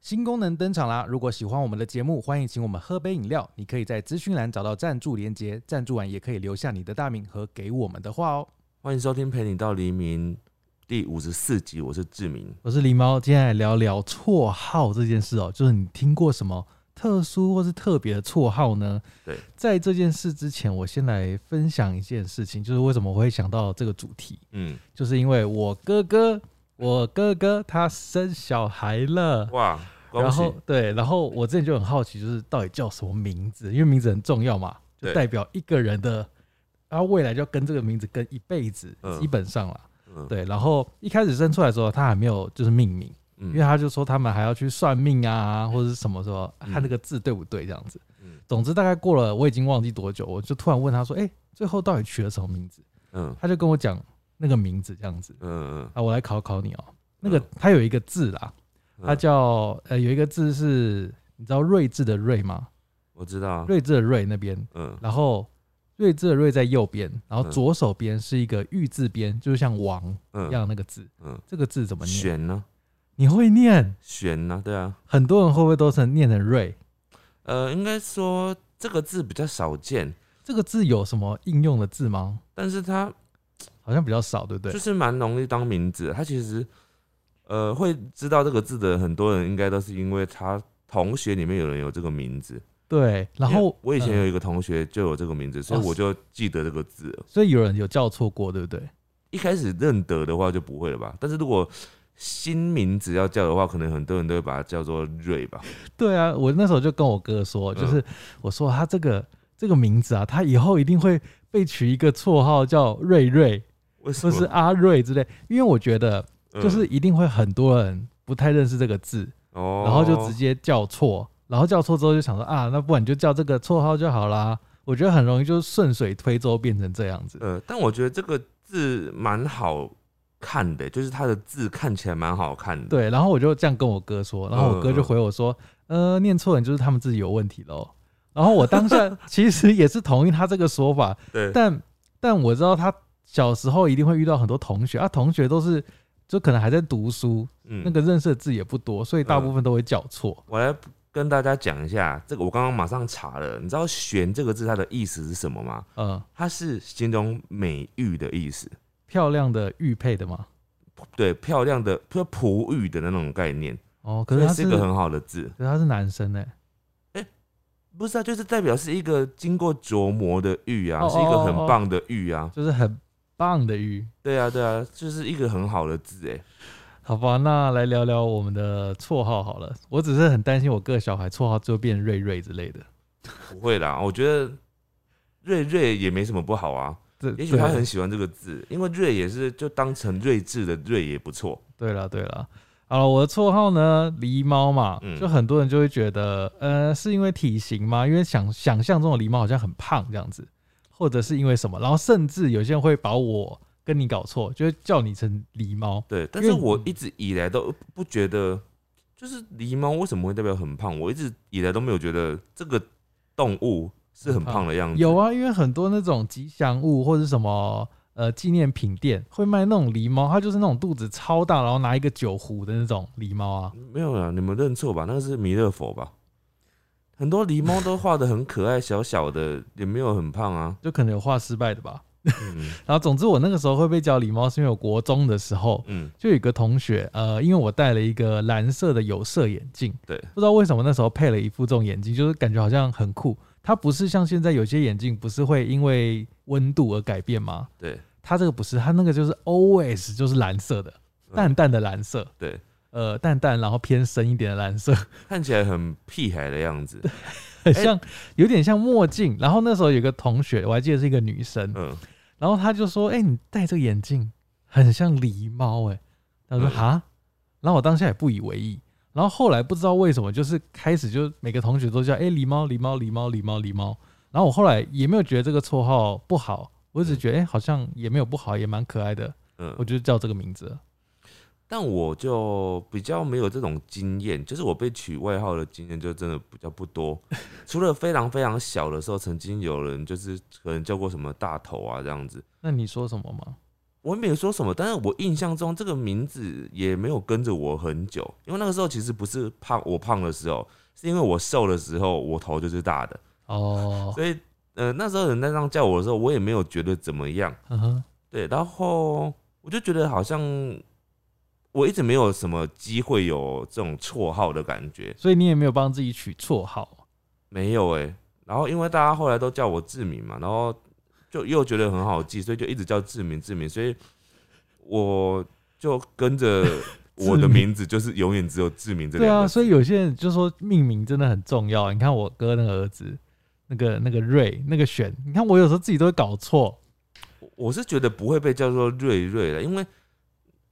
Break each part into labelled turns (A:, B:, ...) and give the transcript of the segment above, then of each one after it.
A: 新功能登场啦！如果喜欢我们的节目，欢迎请我们喝杯饮料。你可以在资讯栏找到赞助连结，赞助完也可以留下你的大名和给我们的话哦。
B: 欢迎收听《陪你到黎明》第五十四集，我是志明。
A: 我是狸猫，今天来聊聊绰号这件事哦，就是你听过什么特殊或是特别的绰号呢？
B: 对，
A: 在这件事之前，我先来分享一件事情，就是为什么我会想到这个主题，
B: 嗯，
A: 就是因为我哥哥，我哥哥他生小孩了。
B: 哇，恭
A: 然后
B: 喜！
A: 对，然后我之前就很好奇，就是到底叫什么名字，因为名字很重要嘛，就
B: 对
A: 代表一个人的，然后未来就要跟这个名字跟一辈子，
B: 嗯
A: 基本上啦。
B: 嗯
A: 对，然后一开始生出来的时候，他还没有就是命名，因为
B: 嗯，
A: 他就说他们还要去算命啊，或者是什么说
B: 嗯
A: 他那个字对不对这样子
B: 嗯。
A: 总之大概过了，我已经忘记多久，我就突然问他说：“哎、最后到底取了什么名字
B: 嗯？”
A: 他就跟我讲那个名字这样子
B: 嗯嗯
A: 啊，我来考考你哦、那个
B: 嗯
A: 它有一个字啦，
B: 嗯，
A: 它叫呃有一个字是，你知道睿智的睿吗？
B: 我知道啊，
A: 睿智的睿那边，
B: 嗯
A: 然后睿智的睿在右边，然后
B: 嗯
A: 左手边是一个玉字边，就是像王一
B: 嗯
A: 样那个字。
B: 嗯，
A: 这个字怎么念？
B: 选呢？
A: 你会念？
B: 选呢？对啊，
A: 很多人会不会都是念成睿？
B: 呃，应该说这个字比较少见，
A: 这个字有什么应用的字吗？
B: 但是它
A: 好像比较少，对不对
B: 就？是蛮容易当名字的。它其实，呃，会知道这个字的很多人，应该都是因为他同学里面有人有这个名字。
A: 对。然
B: 因为
A: 后
B: 我以前
A: 嗯
B: 有一个同学就有这个名字，所以
A: 哦
B: 我
A: 是
B: 就记得这个字了。
A: 所以有人有叫错过，对不对？
B: 一开始认得的话就不会了吧？但是如果新名字要叫的话，可能很多人都会把它叫做瑞吧。
A: 对啊，我那时候就跟我哥说，
B: 嗯
A: 就是我说他这个这个名字啊，他以后一定会被取一个绰号叫瑞瑞，
B: 为什
A: 或
B: 么？
A: 是阿瑞之类，因为我觉得
B: 嗯
A: 就是一定会很多人不太认识这个字，
B: 哦，
A: 然后就直接叫错，然后叫错之后就想说啊，那不然你就叫这个绰号就好啦。我觉得很容易就顺水推舟变成这样子。
B: 呃，但我觉得这个字蛮好看的，就是它的字看起来蛮好看的。
A: 对，然后我就这样跟我哥说，然后我哥
B: 嗯
A: 就回我说，呃，念错人就是他们自己有问题喽。然后我当下 其实也是同意他这个说法，
B: 对对
A: 但但我知道他小时候一定会遇到很多同学啊，同学都是就可能还在读书，
B: 嗯
A: 那个认识的字也不多，所以大部分都会叫错。
B: 我来跟大家讲一下，这个我刚刚马上查了，你知道“玄”这个字它的意思是什么吗？
A: 嗯，
B: 它是形容美玉的意思，
A: 漂亮的玉佩的嘛。
B: 对，漂亮的，就璞玉的那种概念，
A: 哦，可
B: 所
A: 是
B: 以
A: 他
B: 是
A: 是，
B: 一个
A: 可
B: 很好的字。
A: 是他是男生哎、
B: 不是啊，就是代表是一个经过琢磨的玉啊，
A: 哦
B: 是一个很
A: 哦哦
B: 棒的玉啊。
A: 就是很棒的玉。
B: 对啊，对啊，就是一个很好的字哎。
A: 好吧，那来聊聊我们的绰号好了。我只是很担心我各小孩绰号就变瑞瑞之类的。
B: 不会啦，我觉得瑞瑞也没什么不好啊。
A: 这
B: 也许他
A: 对
B: 很喜欢这个字，因为瑞也是就当成睿智的瑞也不错。
A: 对了对了，好了，我的绰号呢，狸猫嘛，
B: 嗯
A: 就很多人就会觉得，呃，是因为体型吗？因为想想象中的狸猫好像很胖这样子，或者是因为什么？然后甚至有些人会把我跟你搞错，就会叫你成狸猫。
B: 对，但
A: 因
B: 是
A: 为
B: 我一直以来都不觉得，就是狸猫为什么会代表很胖？我一直以来都没有觉得这个动物是很胖的样子。
A: 有，啊，因为很多那种吉祥物或者是什么呃纪念品店会卖那种狸猫，它就是那种肚子超大，然后拿一个酒壶的那种狸猫啊。
B: 没有啦，你们认错吧？那个是弥勒佛吧？很多狸猫都画的很可爱，小小的，也没有很胖啊。
A: 就可能有画失败的吧，
B: 嗯
A: 然后总之我那个时候会被叫狸猫，是因为我国中的时候，
B: 嗯，
A: 就有一个同学，呃，因为我戴了一个蓝色的有色眼镜，
B: 对
A: 不知道为什么那时候配了一副这种眼镜，就是感觉好像很酷。它不是像现在有些眼镜不是会因为温度而改变吗？
B: 对，
A: 它这个不是，它那个就是 always 就是蓝色的，淡淡的蓝色，
B: 对，
A: 呃，淡淡然后偏深一点的蓝色，
B: 看起来很屁孩的样子。
A: 很像、有点像墨镜。然后那时候有个同学，我还记得是一个女生，
B: 嗯，
A: 然后他就说：“哎、你戴这个眼镜很像狸猫。”哎，他说：“
B: 嗯
A: 哈。”然后我当下也不以为意。然后后来不知道为什么，就是开始就每个同学都叫“哎、狸猫，狸猫，狸猫，狸猫，狸猫”。然后我后来也没有觉得这个绰号不好，我只是觉得哎、好像也没有不好，也蛮可爱的，我
B: 嗯，
A: 就叫这个名字了。
B: 但我就比较没有这种经验，就是我被取外号的经验就真的比较不多，除了非常非常小的时候，曾经有人就是可能叫过什么大头啊这样子，
A: 那你说什么吗？
B: 我也没有说什么，但是我印象中这个名字也没有跟着我很久，因为那个时候其实不是胖，我胖的时候，是因为我瘦的时候我头就是大的，
A: 哦，
B: 所以呃那时候人家这样叫我的时候，我也没有觉得怎么样，
A: 嗯哼，
B: 对，然后我就觉得好像我一直没有什么机会有这种绰号的感觉，
A: 所以你也没有帮自己取绰号，
B: 没有哎、然后因为大家后来都叫我志明嘛，然后就又觉得很好记，所以就一直叫志明志明，所以我就跟着我的 名字，就是永远只有志明这
A: 对
B: 两
A: 啊，
B: 个字。
A: 所以有些人就说命名真的很重要。你看我哥那个儿子，那个那个瑞，那个选，你看我有时候自己都会搞错，
B: 我我是觉得不会被叫做瑞瑞了，因为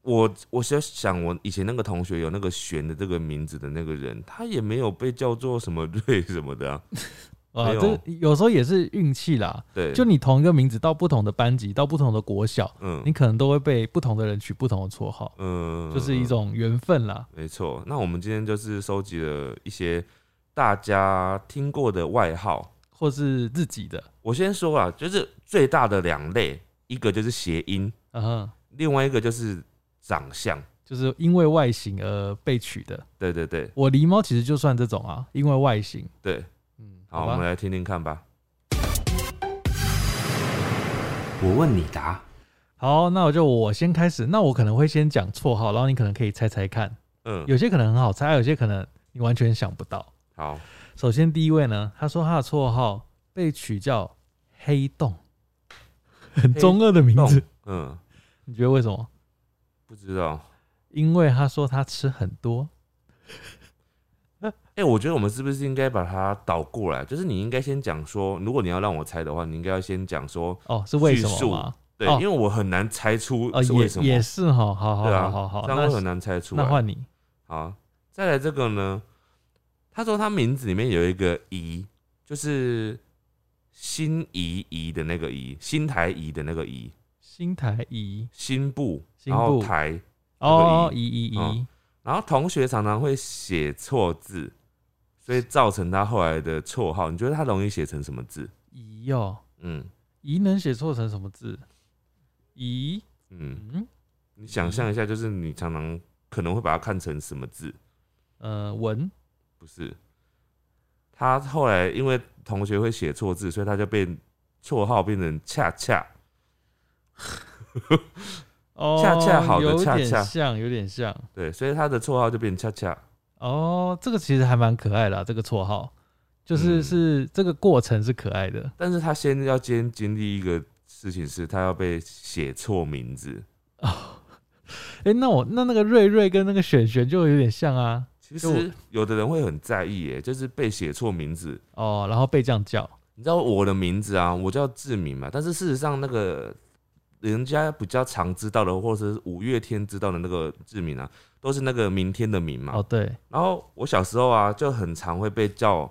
B: 我我想想，我以前那个同学有那个璇的这个名字的那个人，他也没有被叫做什么瑞什么的啊。
A: 啊，
B: 没有
A: 这有时候也是运气啦。
B: 对，
A: 就你同一个名字到不同的班级，到不同的国小，
B: 嗯
A: 你可能都会被不同的人取不同的绰号，
B: 嗯
A: 就是一种缘分啦。
B: 没错，那我们今天就是收集了一些大家听过的外号。
A: 或是自己的，
B: 我先说啊，就是最大的两类，一个就是谐音，
A: 嗯哼，
B: 另外一个就是长相。
A: 就是因为外形而被取的。
B: 对对对
A: 我狸猫其实就算这种啊，因为外形。
B: 对，
A: 嗯，
B: 好，我
A: 吧
B: 们。来听听看吧。
C: 我问你答，
A: 好，那我就我先开始。那我可能会先讲绰号，然后你可能可以猜猜看，
B: 嗯，
A: 有些可能很好猜，有些可能你完全想不到。
B: 好，
A: 首先第一位呢，他说他的绰号被取叫“黑洞”，很中二的名
B: 动
A: 字。，
B: 嗯，
A: 你觉得为什么？
B: 不知道。
A: 因为他说他吃很多。
B: 哎、我觉得我们是不是应该把它倒过来？就是你应该先讲说，如果你要让我猜的话，你应该要先讲说，
A: 哦，是为什
B: 叙述
A: 么吗？
B: 对，
A: 哦
B: 因为我很难猜出
A: 哦，
B: 是为
A: 也
B: 什么。
A: 也是哈，好好
B: 对啊，
A: 好好好，
B: 这样会很
A: 那
B: 难猜出来。
A: 那换你，
B: 好，再来这个呢，他说他名字里面有一个“仪”，就是新仪仪的那个仪，新台仪的那个仪，
A: 新台仪
B: 新部，
A: 新
B: 然后
A: 部
B: 台，
A: 哦，
B: 仪
A: 仪仪仪
B: 嗯然后同学常常会写错字，所以造成他后来的绰号。你觉得他容易写成什么字？
A: 仪哦，
B: 嗯
A: 仪能写错成什么字？仪，
B: 嗯，
A: 嗯
B: 你想象一下，就是你常常可能会把它看成什么字？
A: 呃，文
B: 不是，他后来因为同学会写错字，所以他就被绰号变成恰恰。
A: 哦，
B: 恰恰好的
A: 有
B: 恰
A: 点
B: 恰
A: 像，有点像。
B: 对，所以他的绰号就变恰恰。
A: 哦，这个其实还蛮可爱的啊、这个绰号就是、
B: 嗯
A: 是这个过程是可爱的。
B: 但是他先要先经历一个事情，是他要被写错名字。
A: 哎、哦那我那那个瑞瑞跟那个璇璇就有点像啊。
B: 其
A: 就
B: 实有的人会很在意，耶，就是被写错名字。
A: 哦，然后被这样叫，
B: 你知道我的名字啊，我叫志明嘛，但是事实上那个人家比较常知道的，或者是五月天知道的那个志明啊，都是那个明天的明嘛。
A: 哦对，
B: 然后我小时候啊，就很常会被叫，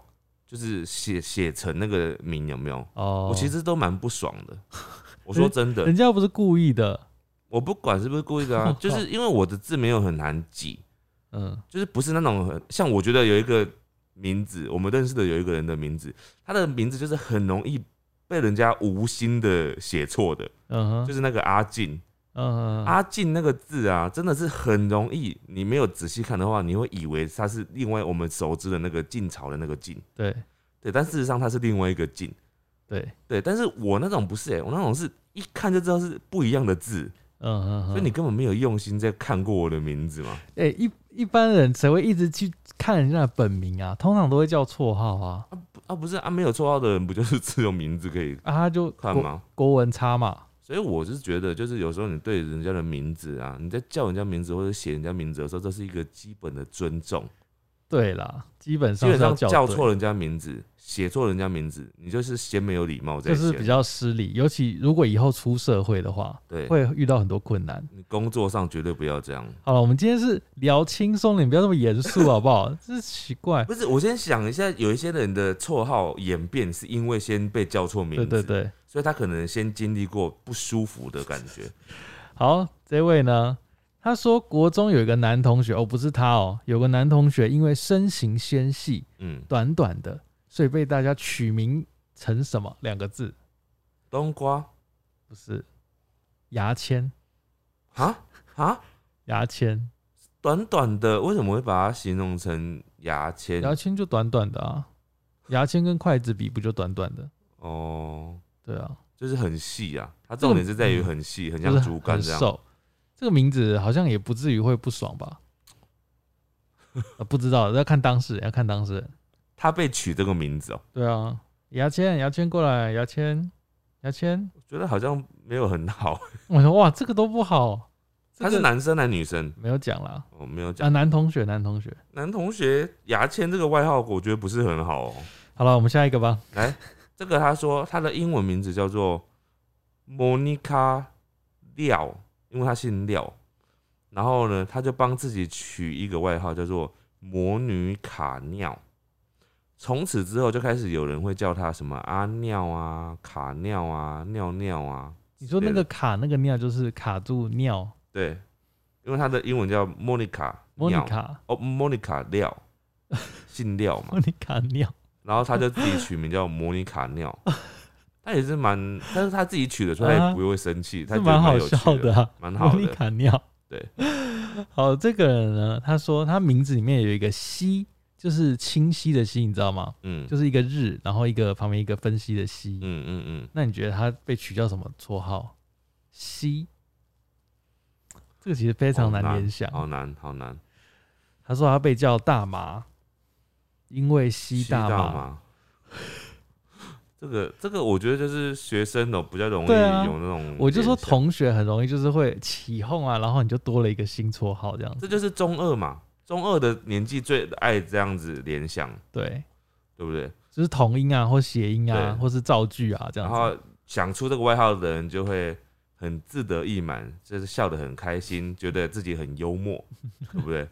B: 就是写写成那个名，有没有？
A: 哦，
B: 我其实都蛮不爽 的。我说真的
A: 人，家又不是故意的，，
B: 我不管是不是故意的啊 就是因为我的字没有很难记，
A: 嗯，
B: 就是不是那种很像我觉得有一个名字，我们认识的有一个人的名字，他的名字就是很容易被人家无心的写错的，
A: 嗯哼，
B: 就是那个阿进，
A: 嗯哼，
B: 阿进那个字啊，真的是很容易，你没有仔细看的话，你会以为他是另外我们熟知的那个晋朝的那个晋，
A: 对
B: 对，但事实上他是另外一个晋，
A: 对，
B: 对，但是我那种不是、欸，我那种是一看就知道是不一样的字，
A: 嗯哼，
B: 所以你根本没有用心在看过我的名字嘛。
A: 哎、一一般人谁会一直去看人家的本名啊？通常都会叫绰号啊，
B: 啊不啊不是啊，没有绰号的人不就是只有名字可以
A: 啊，他就
B: 看
A: 国
B: 吗？
A: 国文差嘛，
B: 所以我是觉得，就是有时候你对人家的名字啊，你在叫人家名字或者写人家名字的时候，这是一个基本的尊重。
A: 对啦，基本
B: 基
A: 上
B: 本
A: 是要
B: 上叫
A: 对
B: 错人家名字，写错人家名字，你就是先没有礼貌在
A: 就
B: 先，
A: 是比较失礼，尤其如果以后出社会的话，
B: 对。
A: 会遇到很多困难。
B: 你工作上绝对不要这样。
A: 好了，我们今天是聊轻松的，你不要这么严肃好不好？ 这是奇怪。
B: 不是，我先想一下，有一些人的绰号演变是因为先被叫错名
A: 对
B: 字，
A: 对对，
B: 所以他可能先经历过不舒服的感觉。
A: 好，这位呢，他说国中有一个男同学，哦，不是他哦，有个男同学因为身形纤细，
B: 嗯，
A: 短短的，所以被大家取名成什么两个字？
B: 冬瓜
A: 不是牙签，
B: 啊啊，
A: 牙签，
B: 短短的，为什么会把它形容成牙签？
A: 牙签就短短的啊，牙签跟筷子比不就短短的？
B: 哦，
A: 对啊，
B: 就是很细啊，它
A: 这个嗯
B: 重点是在于很细，很
A: 就是
B: 像竹竿
A: 很
B: 这样。
A: 瘦。这个名字好像也不至于会不爽吧？啊，不知道，要看当事人，要看当事人。
B: 它被取这个名字哦，
A: 对啊，牙签，牙签过来，牙签，牙签。
B: 我觉得好像没有很好。
A: 我说哇，这个都不好，这
B: 他
A: 个
B: 是男生还是女生？
A: 没有讲啦。
B: 我没有
A: 啊，
B: 讲。
A: 男同学，男同学。
B: 男同学牙签这个外号，我觉得不是很好哦。
A: 好了，我们下一个吧。
B: 这个他说他的英文名字叫做 Monica 廖，因为他姓廖。然后呢，他就帮自己取一个外号叫做魔女卡尿。从此之后，就开始有人会叫他什么阿尿啊、卡尿啊、尿尿啊。
A: 你说那
B: 之
A: 个
B: 类的
A: 卡那个尿就是卡住尿，
B: 对，因为他的英文叫 Monica
A: 莫妮
B: 尿
A: 卡，
B: 哦，Monica 廖，姓廖嘛
A: 莫。妮卡尿。
B: 然后他就自己取名叫摩妮卡 尿，他也是蛮，但是他自己取的，所以他也不会生气，他
A: 啊是
B: 觉得
A: 蛮好
B: 有趣
A: 笑的、啊，
B: 蛮好的
A: 莫妮卡尿。
B: 对，
A: 好，这个人呢，他说他名字里面有一个“析”，就是清晰的“晰”，你知道吗？
B: 嗯，
A: 就是一个日，然后一个旁边一个分析的“析”
B: 嗯嗯嗯，
A: 那你觉得他被取叫什么绰号？“析”，这个其实非
B: 非
A: 常难联想。
B: 好难好难，
A: 他说他被叫大麻，因为吸
B: 吸大
A: 大麻。
B: 麻，这个这个我觉得就是学生哦、比较容易有
A: 对啊
B: 那种，
A: 我就说，同学很容易就是会起哄啊，然后你就多了一个新绰号这样子。
B: 这就是中二嘛，中二的年纪最爱这样子联想，
A: 对，
B: 对不对？
A: 就是同音啊，或谐音啊，
B: 对
A: 或是造句啊这
B: 然
A: 样
B: 后
A: 子。
B: 想出这个外号的人就会很自得意满，就是笑得很开心，觉得自己很幽默，对不对？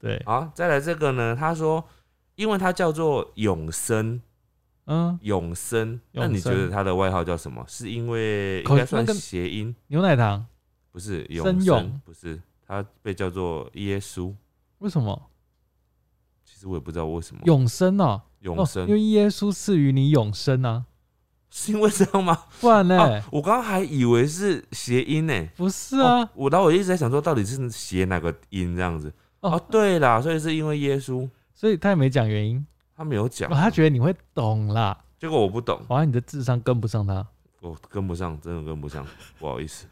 A: 对，
B: 好，再来这个呢，他说，因为他叫做永生，
A: 嗯，
B: 永生，那你
A: 永
B: 觉
A: 生
B: 得他的外号叫什么？是因为
A: 口
B: 应该算
A: 那个
B: 谐音，
A: 牛奶糖
B: 不是永
A: 生
B: 生，
A: 永
B: 不是，他被叫做耶稣。
A: 为什
B: 哦
A: 么
B: 其实我也不知道为什么
A: 永生哦？
B: 永
A: 哦
B: 生、
A: 因为耶稣赐予你永生啊，
B: 是因为这样吗？
A: 不然呢？
B: 啊，我刚刚还以为是谐音呢、
A: 不是啊
B: 哦，我然后我一直在想说，到底是写哪个音这样子？
A: 哦
B: 哦，对啦，所以是因为耶稣，
A: 所以他也没讲原因，
B: 他没有讲
A: 哦，他觉得你会懂啦，
B: 结果我不懂，
A: 好像你的智商跟不上他。
B: 我跟不上，真的跟不上，不好意思。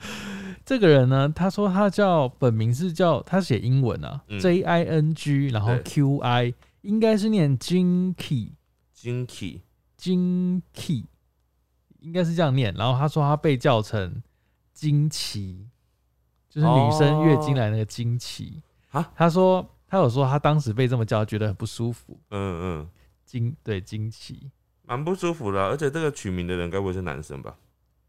A: 这个人呢，他说他叫本名是叫他写英文啊、
B: 嗯
A: j I N G，然后
B: 对
A: Q I，应该是念 Jinky
B: 金 key
A: Jinky，应该是这样念。然后他说他被叫成惊奇，就是女生月经来那个惊奇。
B: 哦啊
A: 他说他有说他当时被这么叫，觉得很不舒服，
B: 嗯嗯，
A: 惊对惊奇，
B: 蛮不舒服的啊、而且这个取名的人该不会是男生吧？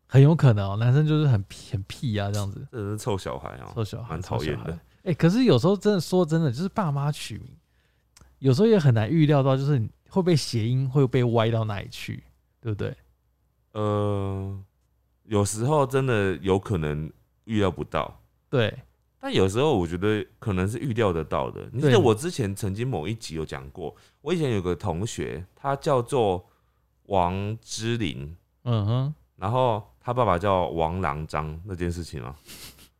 A: 很有可能哦，男生就是很屁很屁啊这样子，
B: 这人是臭小孩啊、
A: 臭小孩，
B: 蛮讨厌
A: 臭小
B: 的
A: 孩。哎、可是有时候真的说真的，就是爸妈取名，有时候也很难预料到，就是你会被谐音会被歪到哪里去，对不对？
B: 呃，有时候真的有可能预料不到，
A: 对，
B: 但有时候我觉得可能是预料得到的。你记
A: 对
B: 得我之前曾经某一集有讲过，我以前有个同学，他叫做王之林，
A: 嗯哼，
B: 然后他爸爸叫王郎章那件事情吗？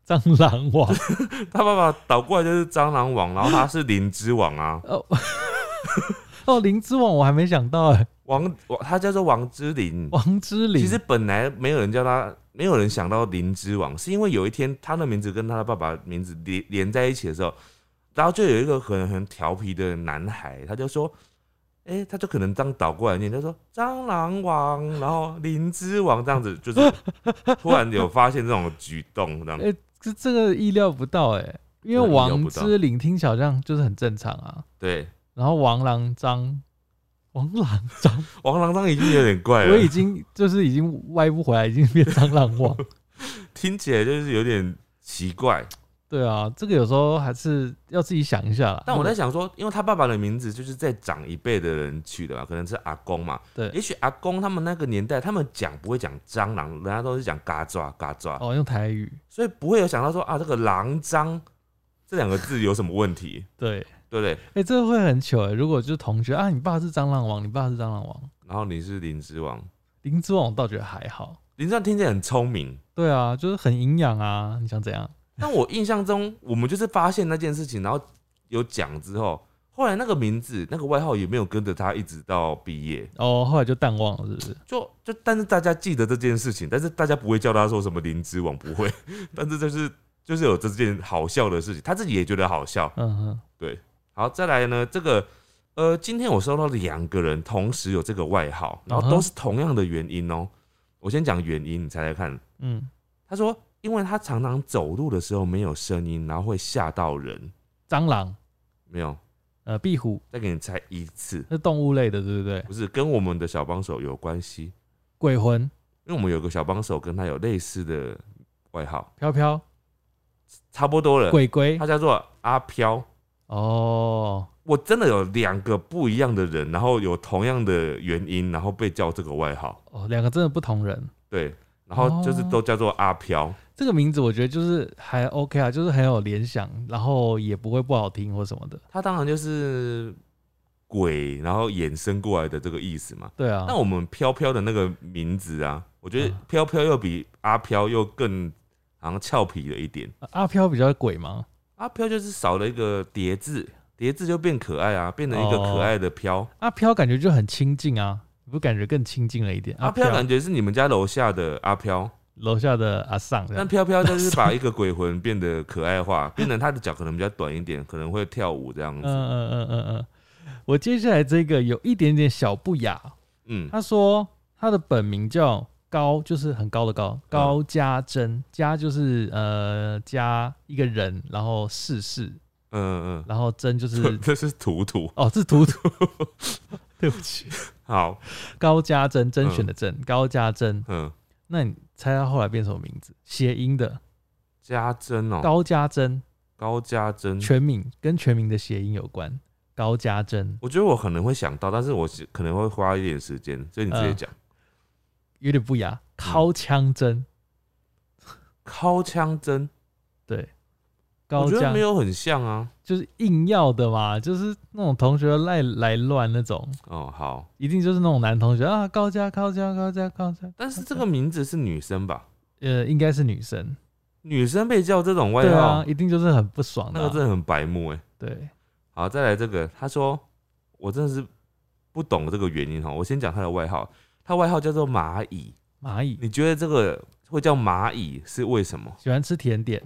A: 蟑螂王，
B: 他爸爸倒过来就是蟑螂王，然后他是灵之王啊，
A: 哦 哦，灵之王我还没想到哎、
B: 王王他叫做王之灵。
A: 王之灵，
B: 其实本来没有人叫他，没有人想到灵之王，是因为有一天他的名字跟他的爸爸名字连连在一起的时候，然后就有一个可能很调皮的男孩，他就说。哎、他就可能这样倒过来念，他说“蟑螂王”，然后“灵之王”这样子，就是突然有发现这种举动，这样
A: 哎这这个意料不到哎、因为
B: 对意料
A: 王
B: 不到
A: 之灵听起来好像就是很正常啊，
B: 对。
A: 然后王郎张，王郎张，
B: 王郎章已经有点怪了，
A: 我已经就是已经歪不回来，已经变蟑螂王。
B: 听起来就是有点奇怪。
A: 对啊，这个有时候还是要自己想一下啦。
B: 但我在想说，因为他爸爸的名字就是在长一辈的人取的嘛，可能是阿公嘛。也
A: 对
B: 许阿公他们那个年代，他们讲不会讲蟑螂，人家都是讲嘎抓嘎抓，
A: 哦，用台语
B: 所以不会有想到说啊，这个狼蟑这两个字有什么问题，
A: 对，
B: 对不对？
A: 哎、这个会很糗哎、如果就是同学啊，你爸是蟑螂王，你爸是蟑螂王，
B: 然后你是灵芝王，
A: 灵之王我倒觉得还好。
B: 灵芝王听起来很聪明，
A: 对啊，就是很营养啊，你想怎样？
B: 但我印象中，我们就是发现那件事情，然后有讲之后，后来那个名字、那个外号也没有跟着他一直到毕业，
A: 哦，后来就淡忘了，是不是？
B: 就就但是大家记得这件事情，但是大家不会叫他说什么灵之王，不会。 但是就是就是有这件好笑的事情，他自己也觉得好笑。
A: 嗯哼，
B: 好，再来呢，这个呃，今天我收到两个人同时有这个外号，然后都是同样的原因哦、我先讲原因，你猜猜看。
A: 嗯，
B: 他说，因为他常常走路的时候没有声音，然后会吓到人。
A: 蟑螂，
B: 没有，
A: 呃，壁虎，
B: 再给你猜一次，
A: 那动物类的，对不对？
B: 不是跟我们的小帮手有关系，
A: 鬼魂，
B: 因为我们有个小帮手跟他有类似的外号，
A: 飘飘，
B: 差不多了。
A: 鬼鬼
B: 他，叫做阿飘。
A: 哦，
B: 我真的有两个不一样的人，然后有同样的原因，然后被叫这个外号，
A: 哦，两个真的不同人。
B: 对，然后就是都叫做阿飘。
A: 这个名字我觉得就是还 OK 啊，就是很有联想，然后也不会不好听或什么的。
B: 他当然就是鬼，然后衍生过来的这个意思嘛。
A: 对啊，
B: 那我们飘飘的那个名字啊，我觉得
A: 嗯
B: 飘飘又比阿飘又更好像俏皮了一点。
A: 呃阿飘比较鬼嘛，
B: 阿飘就是少了一个叠字，叠字就变可爱啊，变成一个
A: 哦
B: 可爱的飘。
A: 阿飘感觉就很亲近啊，你不感觉更亲近了一点？
B: 阿飘感觉是你们家楼下的阿飘，
A: 楼下的阿尚这
B: 但
A: 样，
B: 飘飘就是把一个鬼魂变得可爱 化，变成他的脚可能比较短一点，可能会跳舞这样
A: 嗯
B: 子。
A: 嗯嗯嗯嗯。我接下来这个有一点点小不雅，
B: 嗯，
A: 他说他的本名叫高，就是很高的高，
B: 嗯
A: 高家珍，家就是呃加一个人，然后世事，
B: 嗯嗯
A: 然后珍就
B: 嗯，
A: 是
B: 这是图图。
A: 哦是图图， 对不起，
B: 好，
A: 高家珍甄选的甄，高家珍。
B: 嗯，
A: 那你猜他后来变什么名字？谐音的
B: 家珍哦，嗯
A: 高家珍，
B: 高家珍。
A: 全名跟全名的谐音有关。高家珍
B: 我觉得我可能会想到，但是我是可能会花一点时间，所以你直接讲。
A: 嗯有点不雅，
B: 嗯
A: 高枪珍，
B: 靠枪针，
A: 对，
B: 我
A: 高
B: 觉得
A: 枪
B: 没有很像啊。
A: 就是硬要的嘛，就是那种同学来来乱那种，
B: 哦，好，
A: 一定就是那种男同学啊，高家高家高家高家，
B: 但是这个名字是女生吧？
A: 呃，应该是女生，
B: 女生被叫这种外
A: 对
B: 号
A: 啊，，一定就是很不爽的
B: 那个
A: 啊、
B: 真的很白目哎。
A: 对，
B: 好，再来这个，他说我真的是不懂这个原因哈。我先讲他的外号，他外号叫做蚂蚁。
A: 蚂蚁
B: 你觉得这个会叫蚂蚁是为什么？
A: 喜欢吃甜点，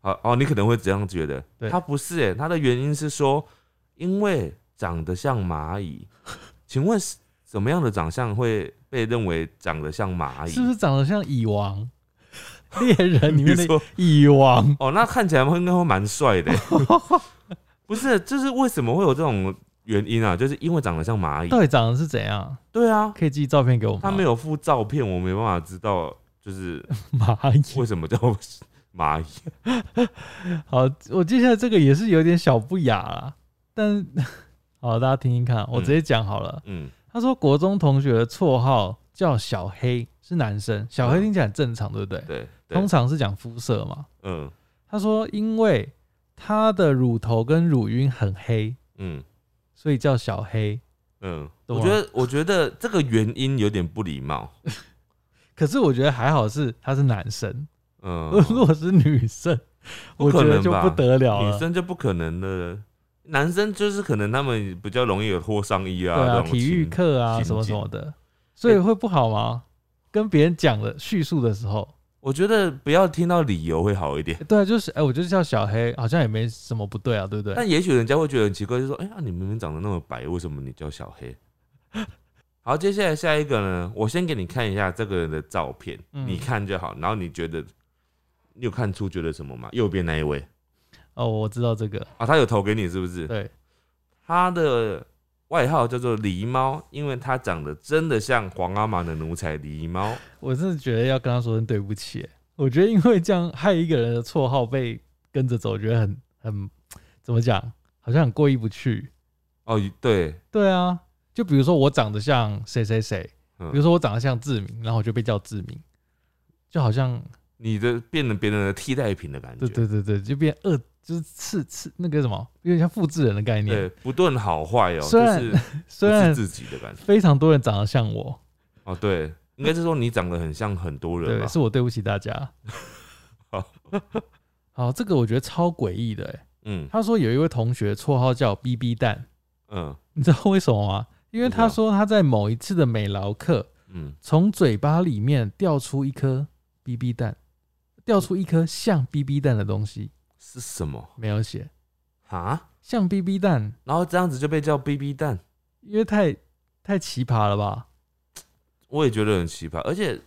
B: 好哦，你可能会这样觉得
A: 对，
B: 他不是诶，他的原因是说，因为长得像蚂蚁。请问是什么样的长相会被认为长得像蚂蚁？
A: 是不是长得像蚁 王？猎人里
B: 你
A: 面的
B: 说
A: 蚁王，
B: 哦，那看起来应该会蛮帅的。欸 不是，就是为什么会有这种原因啊？就是因为长得像蚂蚁
A: 到。底长得是怎样？
B: 对啊，
A: 可以寄照片给我们吗？
B: 他没有附照片，我没办法知道， 就是
A: 蚂蚁。
B: 为什么叫蚂蚁。
A: 好，我接下来这个也是有点小不雅啦，但 好，大家听听看，我
B: 嗯
A: 直接讲好了。
B: 嗯，
A: 他说国中同学的绰号叫小黑，是男生，小黑听起来很正常，对不对？
B: 嗯对，对
A: 通，常是讲肤色嘛。
B: 嗯
A: 他说因为他的乳头跟乳晕很黑，
B: 嗯
A: 所以叫小黑。
B: 嗯，
A: 懂
B: 我
A: 吗
B: 觉得我觉得这个原因有点不礼貌。
A: 可是我觉得还好是他是男生，
B: 嗯，
A: 如果是女生，我
B: 不
A: 觉
B: 可
A: 得
B: 能
A: 就
B: 吧
A: 不得了了。
B: 女生就不可能的，男生就是可能他们比较容易有脱上衣啊，
A: 对
B: 这
A: 啊，
B: 种
A: 体育
B: 情
A: 课啊
B: 情
A: 什么什
B: 景
A: 么的，所以会不好吗？跟别人讲的叙述的时候，
B: 我觉得不要听到理由会好一点。
A: 欸对啊，就是哎、我就是叫小黑，好像也没什么不对啊，对不对？
B: 但也许人家会觉得很奇怪，就说：“哎、呀、你明明长得那么白，为什么你叫小黑？”好，接下来下一个呢，我先给你看一下这个人的照片，
A: 嗯
B: 你看就好。然后你觉得，你有看出觉得什么吗？右边那一位
A: 哦，我知道这个，
B: 啊，他有投给你是不是？
A: 对，
B: 他的外号叫做狸猫，因为他长得真的像皇阿玛的奴才狸猫。
A: 我真的觉得要跟他说声对不起欸。我觉得因为这样害一个人的绰号被跟着走，我觉得很很怎么讲，好像很过意不去。
B: 哦，对，
A: 对啊，就比如说我长得像谁谁谁，
B: 嗯
A: 比如说我长得像志明，然后我就被叫志明，就好像
B: 你的变成别人的替代品的感觉。
A: 对对对对，就变二就是次次那个什么，有点像复制人的概念。
B: 对不论好坏哦、
A: 虽然
B: 就是不
A: 虽然
B: 是自己的感觉。
A: 非常多人长得像我，
B: 哦，对，应该是说你长得很像很多人
A: 对，
B: 吧？
A: 是我对不起大家
B: 好。
A: 好，这个我觉得超诡异的、欸。
B: 嗯
A: 他说有一位同学绰号叫 “BB 蛋”，
B: 嗯
A: 你知道为什么吗？因为
B: 不知道
A: 他说他在某一次的美劳课，
B: 嗯，
A: 从嘴巴里面掉出一颗 BB 蛋，掉出一颗像 BB 蛋的东西，
B: 是什么
A: 没有写
B: 啊？
A: 像 BB 蛋，
B: 然后这样子就被叫 BB 蛋，
A: 因为太太奇葩了吧？
B: 我也觉得很奇葩，而且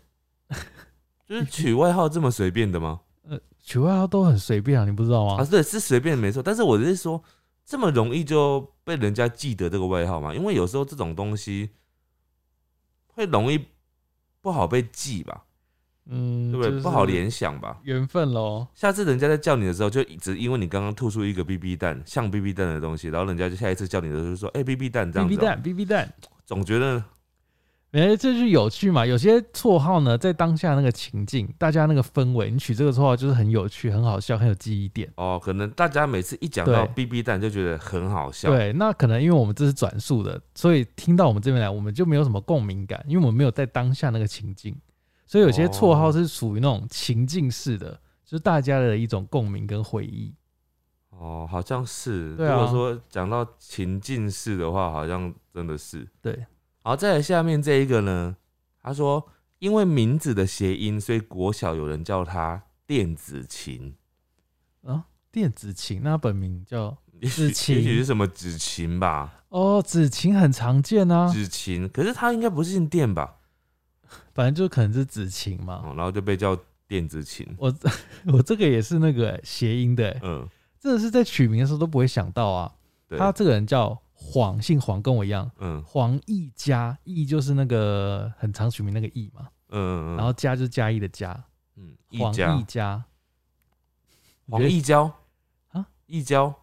B: 就是取外号这么随便的吗？
A: 呃，取外号都很随便啊，你不知道
B: 啊，
A: 吗？
B: 对，是随便没错，但是我是说，这么容易就被人家记得这个外号嘛？因为有时候这种东西会容易不好被记吧，
A: 嗯，
B: 对不对？
A: 就是
B: 不好联想吧。
A: 缘分喽。
B: 下次人家在叫你的时候，就只因为你刚刚吐出一个 BB 蛋，像 BB 蛋的东西，然后人家就下一次叫你的时候就说：“哎、b b 蛋这样子
A: BB 嗯
B: 哦、
A: 蛋，BB 蛋，
B: 总觉得
A: 哎、这就是有趣嘛。有些绰号呢，在当下那个情境，大家那个氛围，你取这个绰号就是很有趣、很好笑、很有记忆点。
B: 哦，可能大家每次一讲到
A: 对
B: BB 蛋就觉得很好笑。
A: 对，那可能因为我们这是转述的，所以听到我们这边来，我们就没有什么共鸣感，因为我们没有在当下那个情境，所以有些绰号
B: 哦
A: 是属于那种情境式的，就是大家的一种共鸣跟回忆。
B: 哦，好像是。
A: 对啊
B: 如果说讲到情境式的话，好像真的是。
A: 对，
B: 好，再来下面这一个呢，他说因为名字的谐音，所以国小有人叫他电子琴，
A: 啊，电子琴，那本名叫
B: 也许
A: 子琴
B: 也许是什么子琴吧，
A: 哦，子琴很常见啊，
B: 子琴。可是他应该不是姓电吧？
A: 反正就可能是子琴嘛。
B: 哦，然后就被叫电子琴。
A: 我我这个也是那个欸谐音的欸，
B: 嗯，
A: 真的是在取名的时候都不会想到啊。
B: 对，
A: 他这个人叫黄，姓黄，跟我一样，
B: 嗯
A: 黄奕嘉，奕就是那个很常取名那个奕嘛。
B: 嗯嗯，嗯
A: 然后嘉就是嘉义的嘉，
B: 嗯，一
A: 黄奕
B: 家
A: 嘉，
B: 黄
A: 你觉得
B: 一交
A: 啊，
B: 一交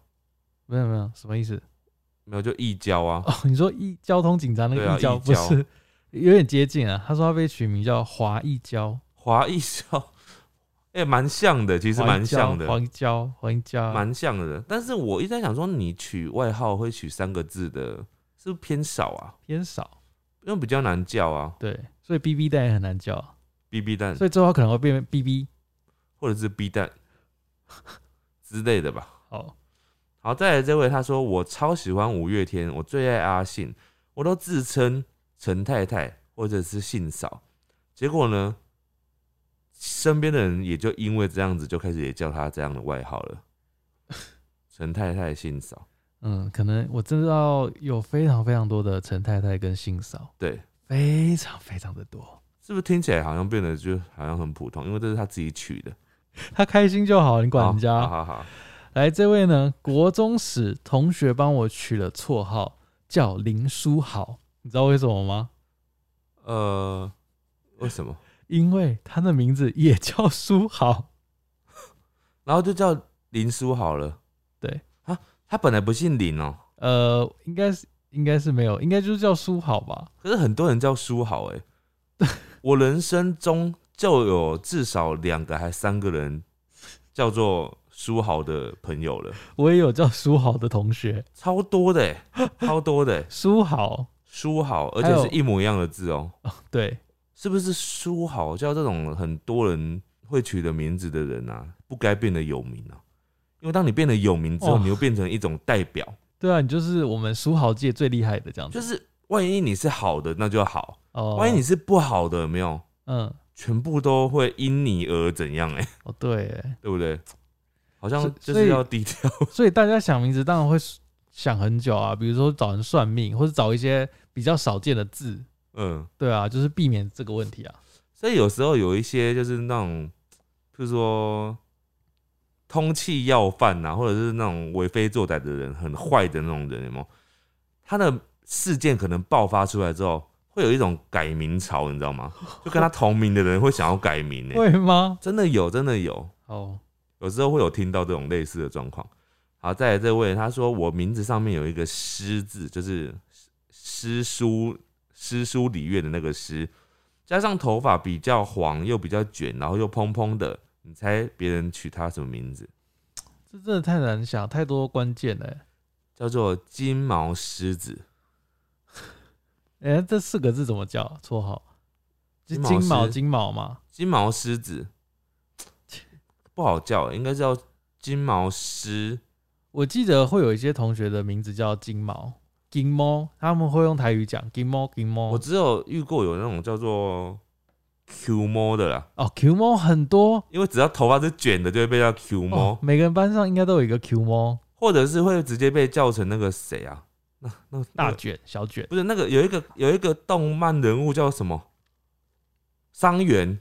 A: 没有没有什么意思
B: 没有就一交啊。
A: 哦？你说一交通警察那
B: 对
A: 个
B: 啊
A: 一交
B: 一
A: 不
B: 交
A: 是有点接近啊？他说他被取名叫华一交，
B: 华裔笑，哎、蛮像的，其实蛮像的，
A: 黄一交黄一交，
B: 蛮像的。但是我一直在想说，你取外号会取三个字的，是不是偏少啊？
A: 偏少，
B: 因为比较难叫啊
A: 对，所以 B B 蛋也很难叫，
B: ，BB 蛋
A: 所以最后可能会变 B B。
B: 或者是 B 蛋之类的吧。
A: 好，
B: 好，再来这位，他说我超喜欢五月天，我最爱阿信，我都自称陈太太或者是信嫂。结果呢，身边的人也就因为这样子，就开始也叫他这样的外号了， 陈太太、信嫂。
A: 嗯，可能我知道有非常非常多的陈太太跟信嫂，
B: 对，
A: 非常非常的多，
B: 是不是听起来好像变得就好像很普通？因为这是他自己取的，
A: 他开心就好，你管人家。
B: 好好好好，
A: 来，这位呢，国中时同学帮我取了绰号叫林书豪，你知道为什么吗？
B: 呃，为什么？
A: 因为他的名字也叫书豪，
B: 然后就叫林书好了。
A: 对
B: 啊，他本来不姓林哦、
A: 呃，应该是应该是没有，应该就是叫书豪吧？
B: 可是很多人叫书好 哎、我人生中就有至少两个还三个人叫做书豪的朋友了，
A: 我也有叫书豪的同学，
B: 超多 的、欸，超多的、欸、
A: 书豪，
B: 书豪，而
A: 还有
B: 且是一模一样的字哦、
A: 哦，对
B: 是不是书豪叫这种很多人会取的名字的人啊，不该变得有名啊？因为当你变得有名之后，
A: 哦
B: 你又变成一种代表，
A: 对啊，你就是我们书豪界最厉害的这样子，
B: 就是万一你是好的，那就好；
A: 哦，
B: 万一你是不好的，有没有，
A: 嗯，
B: 全部都会因你而怎样、欸？哎，
A: 哦对耶，
B: 对不对？好像
A: 所
B: 就
A: 所以
B: 是要低调。
A: 所以大家想名字当然会想很久啊，比如说找人算命，或者找一些比较少见的字，
B: 嗯，
A: 对啊，就是避免这个问题啊。
B: 所以有时候有一些就是那种，就是说通气要饭呐、啊，或者是那种为非作歹的人，很坏的那种人，有没有？他的事件可能爆发出来之后，会有一种改名潮，你知道吗？就跟他同名的人会想要改名呢、
A: 会吗？
B: 真的有，真的有。
A: 哦，
B: 有时候会有听到这种类似的状况。好，再来这位，他说我名字上面有一个“诗”字，就是诗书诗书礼乐的那个“诗”，加上头发比较黄又比较卷，然后又蓬蓬的，你猜别人取他什么名字？
A: 这真的太难想，太多关键了欸。
B: 叫做金毛狮子。
A: 哎、这四个字怎么叫啊绰号？就
B: 金毛
A: 金毛
B: 狮
A: 金毛嘛，
B: 金毛狮子不好叫，应该是要金毛狮，
A: 我记得会有一些同学的名字叫金毛、金毛，他们会用台语讲金毛、金毛。
B: 我只有遇过有那种叫做 Q 猫的啦，
A: 哦，Q 猫很多
B: 因为只要头发是卷的，就会被叫 Q 猫、
A: 哦，每个人班上应该都有一个 Q 猫，
B: 或者是会直接被叫成那个谁啊？那那
A: 大
B: 那
A: 卷、小卷。
B: 不是那个有一个有一个动漫人物叫什么？伤员，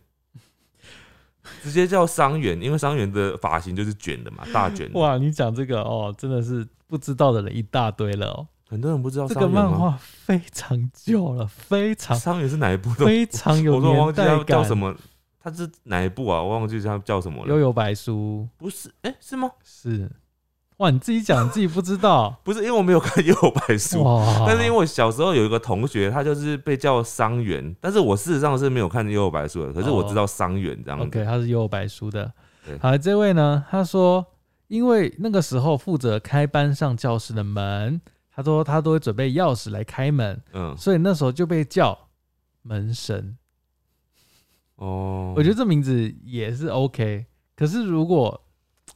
B: 直接叫伤员，因为伤员的发型就是卷的嘛，大卷的。
A: 哇，你讲这个哦，真的是不知道的人一大堆了哦。
B: 很多人不知道
A: 这
B: 伤
A: 个
B: 员
A: 漫
B: 吗？
A: 画非常旧了，非常
B: 伤员是哪一部的？
A: 非常有
B: 我都忘
A: 年
B: 记他
A: 代
B: 叫
A: 感。
B: 什么，他是哪一部啊？我忘记他叫什么
A: 悠
B: 了。
A: 悠白书
B: 不是，哎、是吗？
A: 是哇，你自己讲自己不知道
B: 不是，因为我没有看《幽游白书》，
A: 哇，
B: 但是因为我小时候有一个同学，他就是被叫伤员，但是我事实上是没有看《幽游白书》的，可是我知道伤员这样子。
A: 哦 OK，他是悠悠白书的
B: 对。
A: 好，这位呢，他说，因为那个时候负责开班上教室的门，他说他都会准备钥匙来开门，
B: 嗯，
A: 所以那时候就被叫门神。
B: 哦，
A: 我觉得这名字也是 OK，可是如果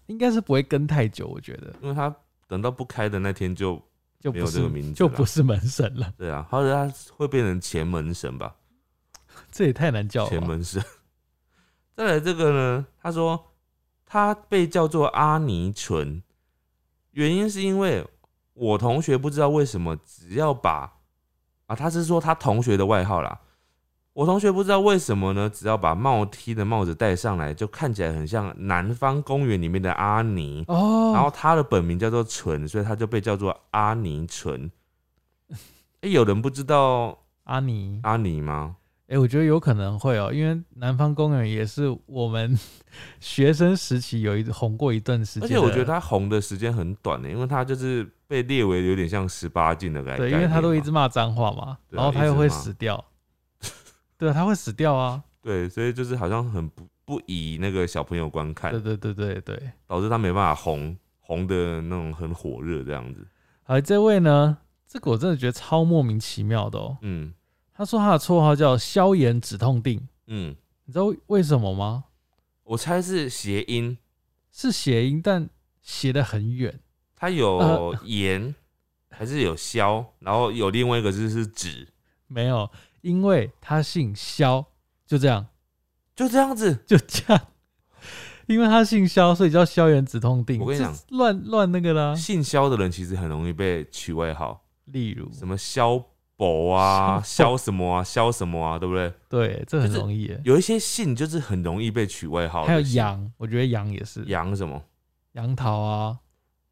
A: 应该是不会跟太久，我觉得
B: 因为他等到不开的那天就
A: 就
B: 没有
A: 不
B: 这个
A: 是
B: 名字，
A: 就不。是门神了，
B: 对啊，或者他会变成前门神吧？
A: 这也太难叫了
B: 前
A: 吧。
B: 门神。再来这个呢，他说他被叫做阿尼纯，原因是因为我同学不知道为什么，只要把啊，他是说他同学的外号啦。我同学不知道为什么呢，只要把帽 T 的帽子戴上来，就看起来很像南方公园里面的阿尼。
A: 哦，
B: 然后他的本名叫做纯，所以他就被叫做阿尼纯。哎、有人不知道
A: 阿尼，
B: 阿尼吗？
A: 哎、我觉得有可能会哦，因为南方公园也是我们 学生时期有一红过一段时
B: 而
A: 间的，
B: 且我觉得他红的时间很短的，因为他就是被列为有点像十八禁的感觉。
A: 对，因为他都一直骂脏话嘛，
B: 对
A: 然
B: 啊
A: 后他又
B: 一
A: 会
B: 直骂
A: 死掉， 对啊，他会死掉 啊，
B: 对，所以就是好像很不不宜那个小朋友观看
A: 对，对对对对。
B: 导致他没办法红红的那种很火热这样子。
A: 好，这位呢，这个我真的觉得超莫名其妙的哦。
B: 嗯
A: 他说他的绰号叫消炎止痛定，
B: 嗯，
A: 你知道为什么吗？
B: 我猜是谐音，
A: 是谐音，但斜得很远。
B: 它有
A: 呃
B: 盐还是有消，然后有另外一个字是纸，
A: 没有，因为他姓肖，就这样，
B: 就这样子。
A: 就这样。因为他姓肖，所以叫消炎止痛定。
B: 我跟你
A: 这
B: 讲
A: 是乱乱那个啦。
B: 姓肖的人其实很容易被取外号，
A: 例如，
B: 什么肖博啊、
A: 肖
B: 肖什么啊、肖什么啊，对不对？
A: 对，这很
B: 就是
A: 容易耶。
B: 有一些姓就是很容易被取外号的
A: 还有
B: 姓
A: 杨，我觉得杨也是
B: 杨什么？
A: 杨桃啊，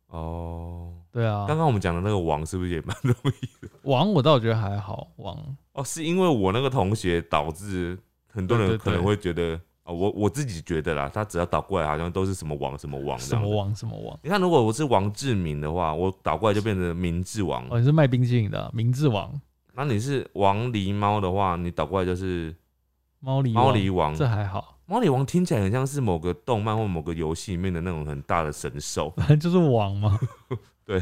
B: 哦，
A: 对啊。
B: 刚刚我们讲的那个王是不是也蛮容易？
A: 王我倒觉得还好，王
B: 哦，是因为我那个同学导致很多
A: 对
B: 人
A: 对对
B: 可能会觉得哦，我我自己觉得啦，他只要倒过来好像都是什么王什么王这
A: 什
B: 样
A: 么
B: 子。
A: 王什么王。
B: 你看，如果我是王志明的话，我倒过来就变成明治王。
A: 哦，你是卖冰淇淋的啊明治王、
B: 那你是王狸猫的话，你倒过来就是
A: 猫狸
B: 猫
A: 王
B: 狸王。
A: 这还好，
B: 猫狸王听起来很像是某个动漫或某个游戏里面的那种很大的神兽。
A: 反正就是王嘛。
B: 好，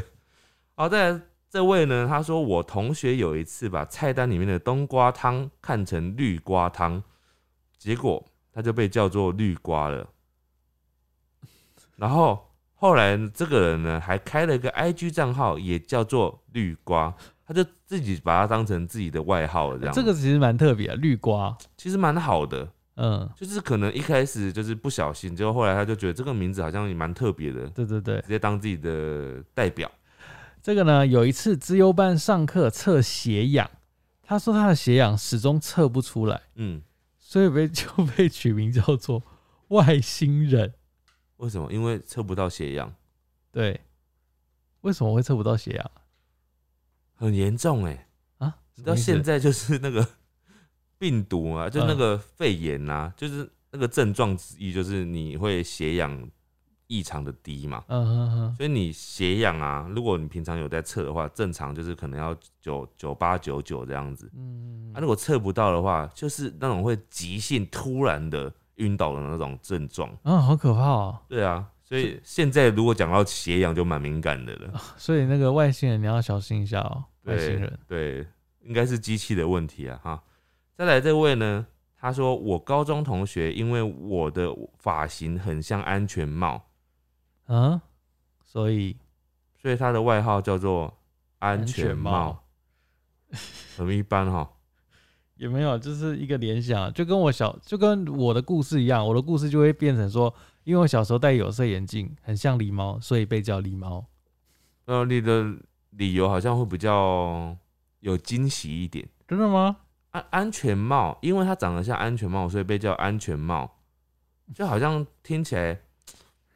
B: 哦再来这位呢，他说我同学有一次把菜单里面的冬瓜汤看成绿瓜汤，结果他就被叫做绿瓜了。然后后来这个人呢，还开了一个 IG 账号，也叫做绿瓜，他就自己把它当成自己的外号了这样。
A: 这个其实蛮特别的，啊绿瓜，
B: 其实蛮好的，
A: 嗯，
B: 就是可能一开始就是不小心，结果后来他就觉得这个名字好像也蛮特别的，
A: 对对对
B: 直，接当自己的代表。
A: 这个呢，有一次资优班上课测血氧，他说他的血氧始终测不出来，
B: 嗯，
A: 所以被 就被取名叫做外星人。
B: 为什么？因为测不到血样。
A: 对，为什么会测不到血氧
B: 很严重哎、
A: 啊？
B: 你
A: 你
B: 知道现在就是那个 病毒啊，就那个肺炎啊，就是那个症状之一，就是你会血氧异常的低嘛。
A: 嗯哼哼，
B: 所以你血氧啊，如果你平常有在测的话，正常就是可能要九九八九九这样子。
A: 嗯，
B: 啊，如果测不到的话，就是那种会急性突然的晕倒的那种症状。
A: 啊，好可怕哦！
B: 对啊，所以现在如果讲到血氧就蛮敏感的了。
A: 所以那个外星人你要小心一下哦，外星
B: 对
A: 人。
B: 对，应该是机器的问题啊哈。再来这位呢，他说我高中同学因为我的发型很像安全帽，
A: 啊，所以
B: 所以他的外号叫做安全
A: 安全
B: 帽，很一般哈。
A: 也没有，啊就是一个联想，啊就跟我小就跟我的故事一样，我的故事就会变成说，因为我小时候戴有色眼镜，很像狸猫，所以被叫狸猫。
B: 那你的理由好像会比较有惊喜一点。
A: 真的吗？
B: 安安全帽，因为它长得像安全帽，所以被叫安全帽，就好像听起来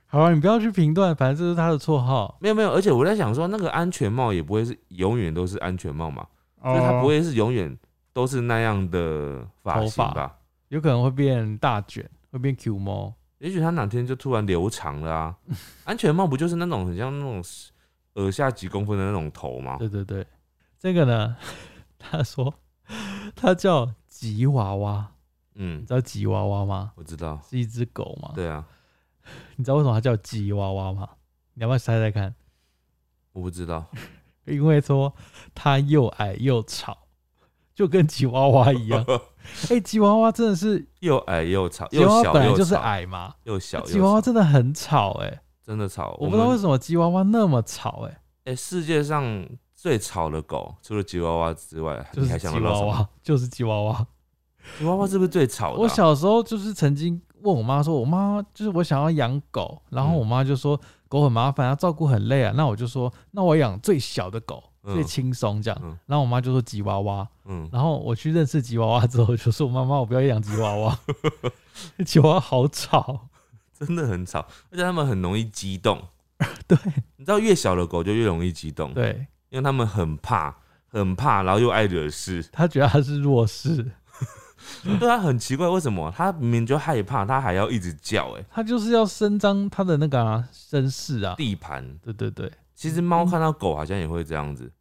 A: 好啊，你不要去评断，反正这是他的绰号，
B: 没有没有。而且我在想说，那个安全帽也不会是永远都是安全帽嘛，
A: 就
B: 就是它不，会是永远都是那样的发型
A: 哦头
B: 吧？
A: 有可能会变大卷，会变 Q 猫。
B: 也许它哪天就突然留长 了啊！安全帽不就是那种很像那种耳下几公分的那种头吗？
A: 对对对，这个呢， 他说他叫吉娃娃，
B: 嗯
A: 你，知道吉娃娃吗？
B: 我知道，
A: 是一只狗嘛？
B: 对啊，
A: 你知道为什么它叫吉娃娃吗？你要不要猜猜看？
B: 我不知道，
A: 因为说它又矮又吵，就跟吉娃娃一 样。哎、吉娃娃真的是，
B: 又矮又吵，
A: 吉
B: 又
A: 娃娃
B: 小
A: 本来
B: 又
A: 就是
B: 吵，
A: 矮嘛。哎
B: 又小又
A: 吉娃娃
B: 吵
A: 真的很吵哎、
B: 真的吵，
A: 我不知道
B: 们
A: 为什么吉娃娃那么吵哎、
B: 哎、世界上最吵的狗，除了吉娃娃之外，
A: 就
B: 你还
A: 是
B: 想
A: 吉
B: 得到
A: 娃
B: 什么？
A: 娃，就是吉娃娃。
B: 吉娃娃是不是最吵的啊、
A: 我小时候就是曾经问我妈说，我妈就是我想要养狗，然后
B: 嗯
A: 我妈就说狗很麻烦，要照顾很累啊。那我就说，那我养最小的狗，
B: 嗯
A: 最轻松这样
B: 嗯。
A: 然后我妈就说吉娃娃。
B: 嗯，
A: 然后我去认识吉娃娃之后，就说妈妈，我不要养吉娃 娃，吉娃娃好吵。
B: 真的很吵，而且它们很容易激动。
A: 对
B: 你知道，越小的狗就越容易激动，
A: 对，
B: 因为它们很怕，很怕，然后又爱惹事。
A: 她觉得她是弱势，
B: 对它很奇怪，为什么它明明就害怕，它还要一直叫、欸？哎，
A: 她就是要伸张她的那个啊身世啊。
B: 地盘。
A: 对对对，
B: 其实猫看到狗好像也会这样子，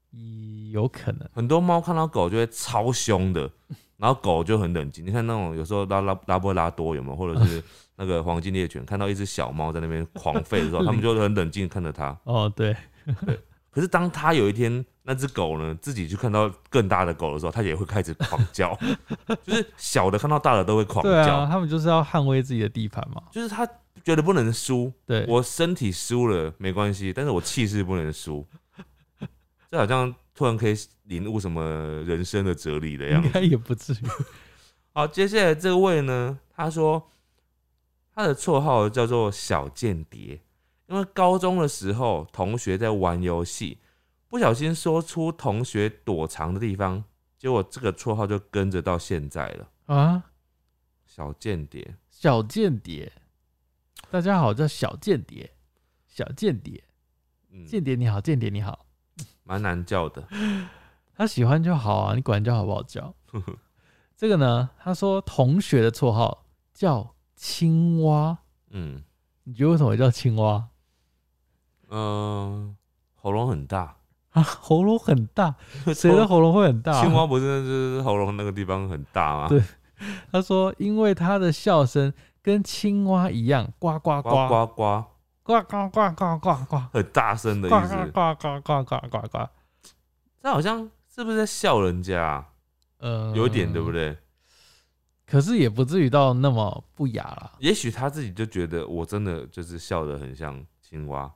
A: 有可能。
B: 很多猫看到狗就会超凶的，然后狗就很冷静。你看那种有时候拉拉拉布拉多有没有，或者是那个黄金猎犬，看到一只小猫在那边狂吠的 时候，他们就很冷静地看着它。
A: 哦，对，
B: 可是当它有一天那只狗呢自己去看到更大的狗的时候，它也会开始狂叫， 就是小的看到大的都会狂
A: 对
B: 叫，
A: 啊，他们就是要捍卫自己的地盘嘛。
B: 就是它觉得不能输，
A: 对，
B: 我身体输了没关系，但是我气势不能输。 这好像突然可以领悟什么人生的哲理的样
A: 应
B: 子。
A: 该也不至于。
B: 好，接下来这位呢，他说他的绰号叫做小间谍，因为高中的时候同学在玩游戏，不小心说出同学躲藏的地方，结果这个绰号就跟着到现在了。
A: 啊，
B: 小间谍，
A: 小间谍，大家好，我叫小间谍，小间谍，
B: 嗯，
A: 间谍你好，间谍你好，
B: 蛮难叫的。
A: 他喜欢就好啊，你管叫好不好 叫？这个呢，他说同学的绰号叫青蛙，
B: 嗯
A: 你觉得为什么叫青蛙
B: 嗯、喉咙很大，
A: 啊？喉咙很 大，谁的喉咙会很大、啊
B: 青蛙不是就是喉咙那个地方很大吗？
A: 对他说，因为他的笑声跟青蛙一样，呱呱呱
B: 呱呱呱，
A: 呱呱呱呱呱呱呱
B: 很大声的意
A: 呱
B: 思。
A: 呱呱呱呱呱呱，
B: 这好像是不是在笑人家啊、
A: 呃，
B: 有一点对不？对？
A: 可是也不至于到那么不雅啦。
B: 也许他自己就觉得我真的就是笑得很像青蛙，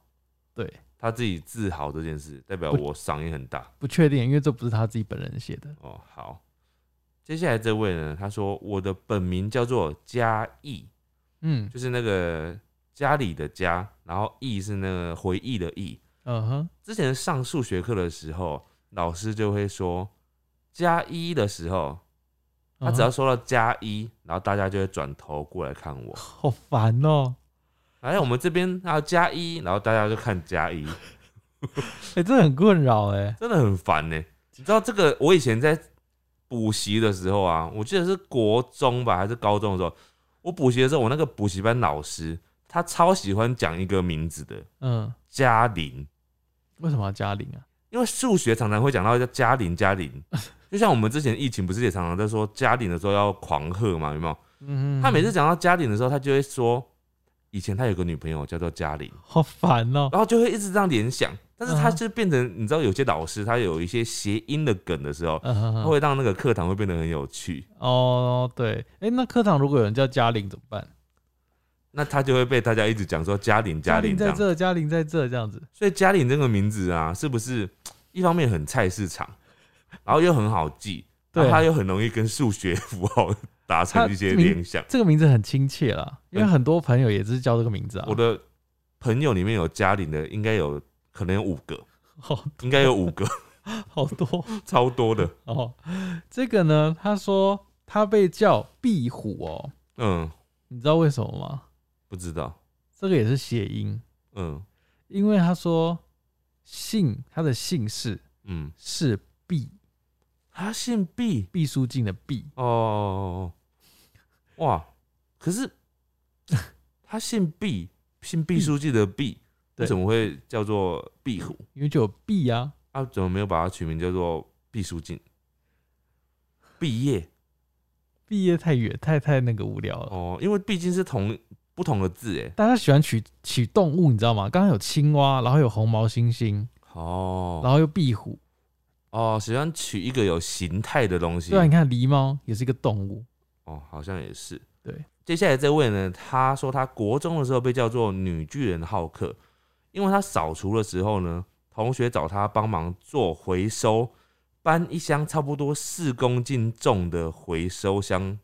A: 对，
B: 他自己自豪这件事，代表
A: 不
B: 我嗓音很大
A: 不确定，因为这不是他自己本人写的。
B: 哦。好，接下来这位呢，他说我的本名叫做嘉义，
A: 嗯
B: 就是那个家里的家，然后忆是那个回忆的忆。
A: 嗯哼，
B: 之前上数学课的时候，老师就会说加一的时候，他只要
A: 嗯哼
B: 说到加一，然后大家就会转头过来看我。
A: 好烦哦、
B: 哎，我们这边还有加一，然后大家就看加一，
A: 哎、这很困扰哎、
B: 真的很烦呢、你知道这个？我以前在补习的时候啊，我记得是国中吧，还是高中的时候，我补习的时候，我那个补习班老师他超喜欢讲一个名字的
A: 嗯，
B: 嘉玲，
A: 为什么要加零啊？
B: 因为数学常常会讲到叫嘉玲 嘉玲，就像我们之前疫情不是也常常在说嘉玲的时候要狂喝嘛，有没有？
A: 嗯哼，
B: 他每次讲到嘉玲的时候，他就会说，以前他有个女朋友叫做嘉玲。
A: 好烦哦、
B: 然后就会一直这样联想。但是他
A: 嗯
B: 就变成，你知道，有些老师他有一些谐音的梗的时候，
A: 嗯哼
B: 他
A: 哼，
B: 会让那个课堂会变得很有趣。
A: 哦，对，哎、那课堂如果有人叫嘉玲怎么办？
B: 那他就会被大家一直讲说嘉玲
A: 嘉
B: 玲
A: 玲在
B: 这样。
A: 这，嘉玲在这，这样子，
B: 所以嘉玲这个名字啊，是不是一方面很菜市场，然后又很好记，
A: 对啊
B: 然后它又很容易跟数学符号达成一些联想。
A: 这个名字很亲切啦，因为
B: 嗯
A: 很多朋友也是叫这个名字啊。
B: 我的朋友里面有嘉玲的，应该有可能有五个，
A: 好
B: 应该有五个，
A: 好多
B: 超多的。
A: 哦。这个呢，他说他被叫壁虎哦，
B: 嗯，
A: 你知道为什么吗？
B: 不知道。
A: 这个也是谐音，
B: 嗯
A: 因为他说姓他的姓氏
B: 嗯，
A: 是毕
B: 他姓毕
A: 毕书尽的毕，
B: 哦，哇，可是 他姓毕，姓毕书记的毕，
A: 嗯对
B: 为什么会叫做壁虎？
A: 因为就有毕啊，
B: 啊，怎么没有把它取名叫做毕书尽？毕业
A: 毕业太远太太那个无聊了。
B: 哦，因为毕竟是同不同的字哎。
A: 大家喜欢取取动物，你知道吗？刚刚有青蛙，然后有红毛猩猩，然
B: 哦
A: 后又壁虎。
B: 哦，喜欢取一个有形态的东西
A: 对。啊，你看狸猫也是一个动物，
B: 哦，好像也是。
A: 对，
B: 接下来这位呢，他说他国中的时候被叫做女巨人浩克，因为他扫除的时候呢，同学找他帮忙做回收，搬一箱差不多四公斤重的回收箱，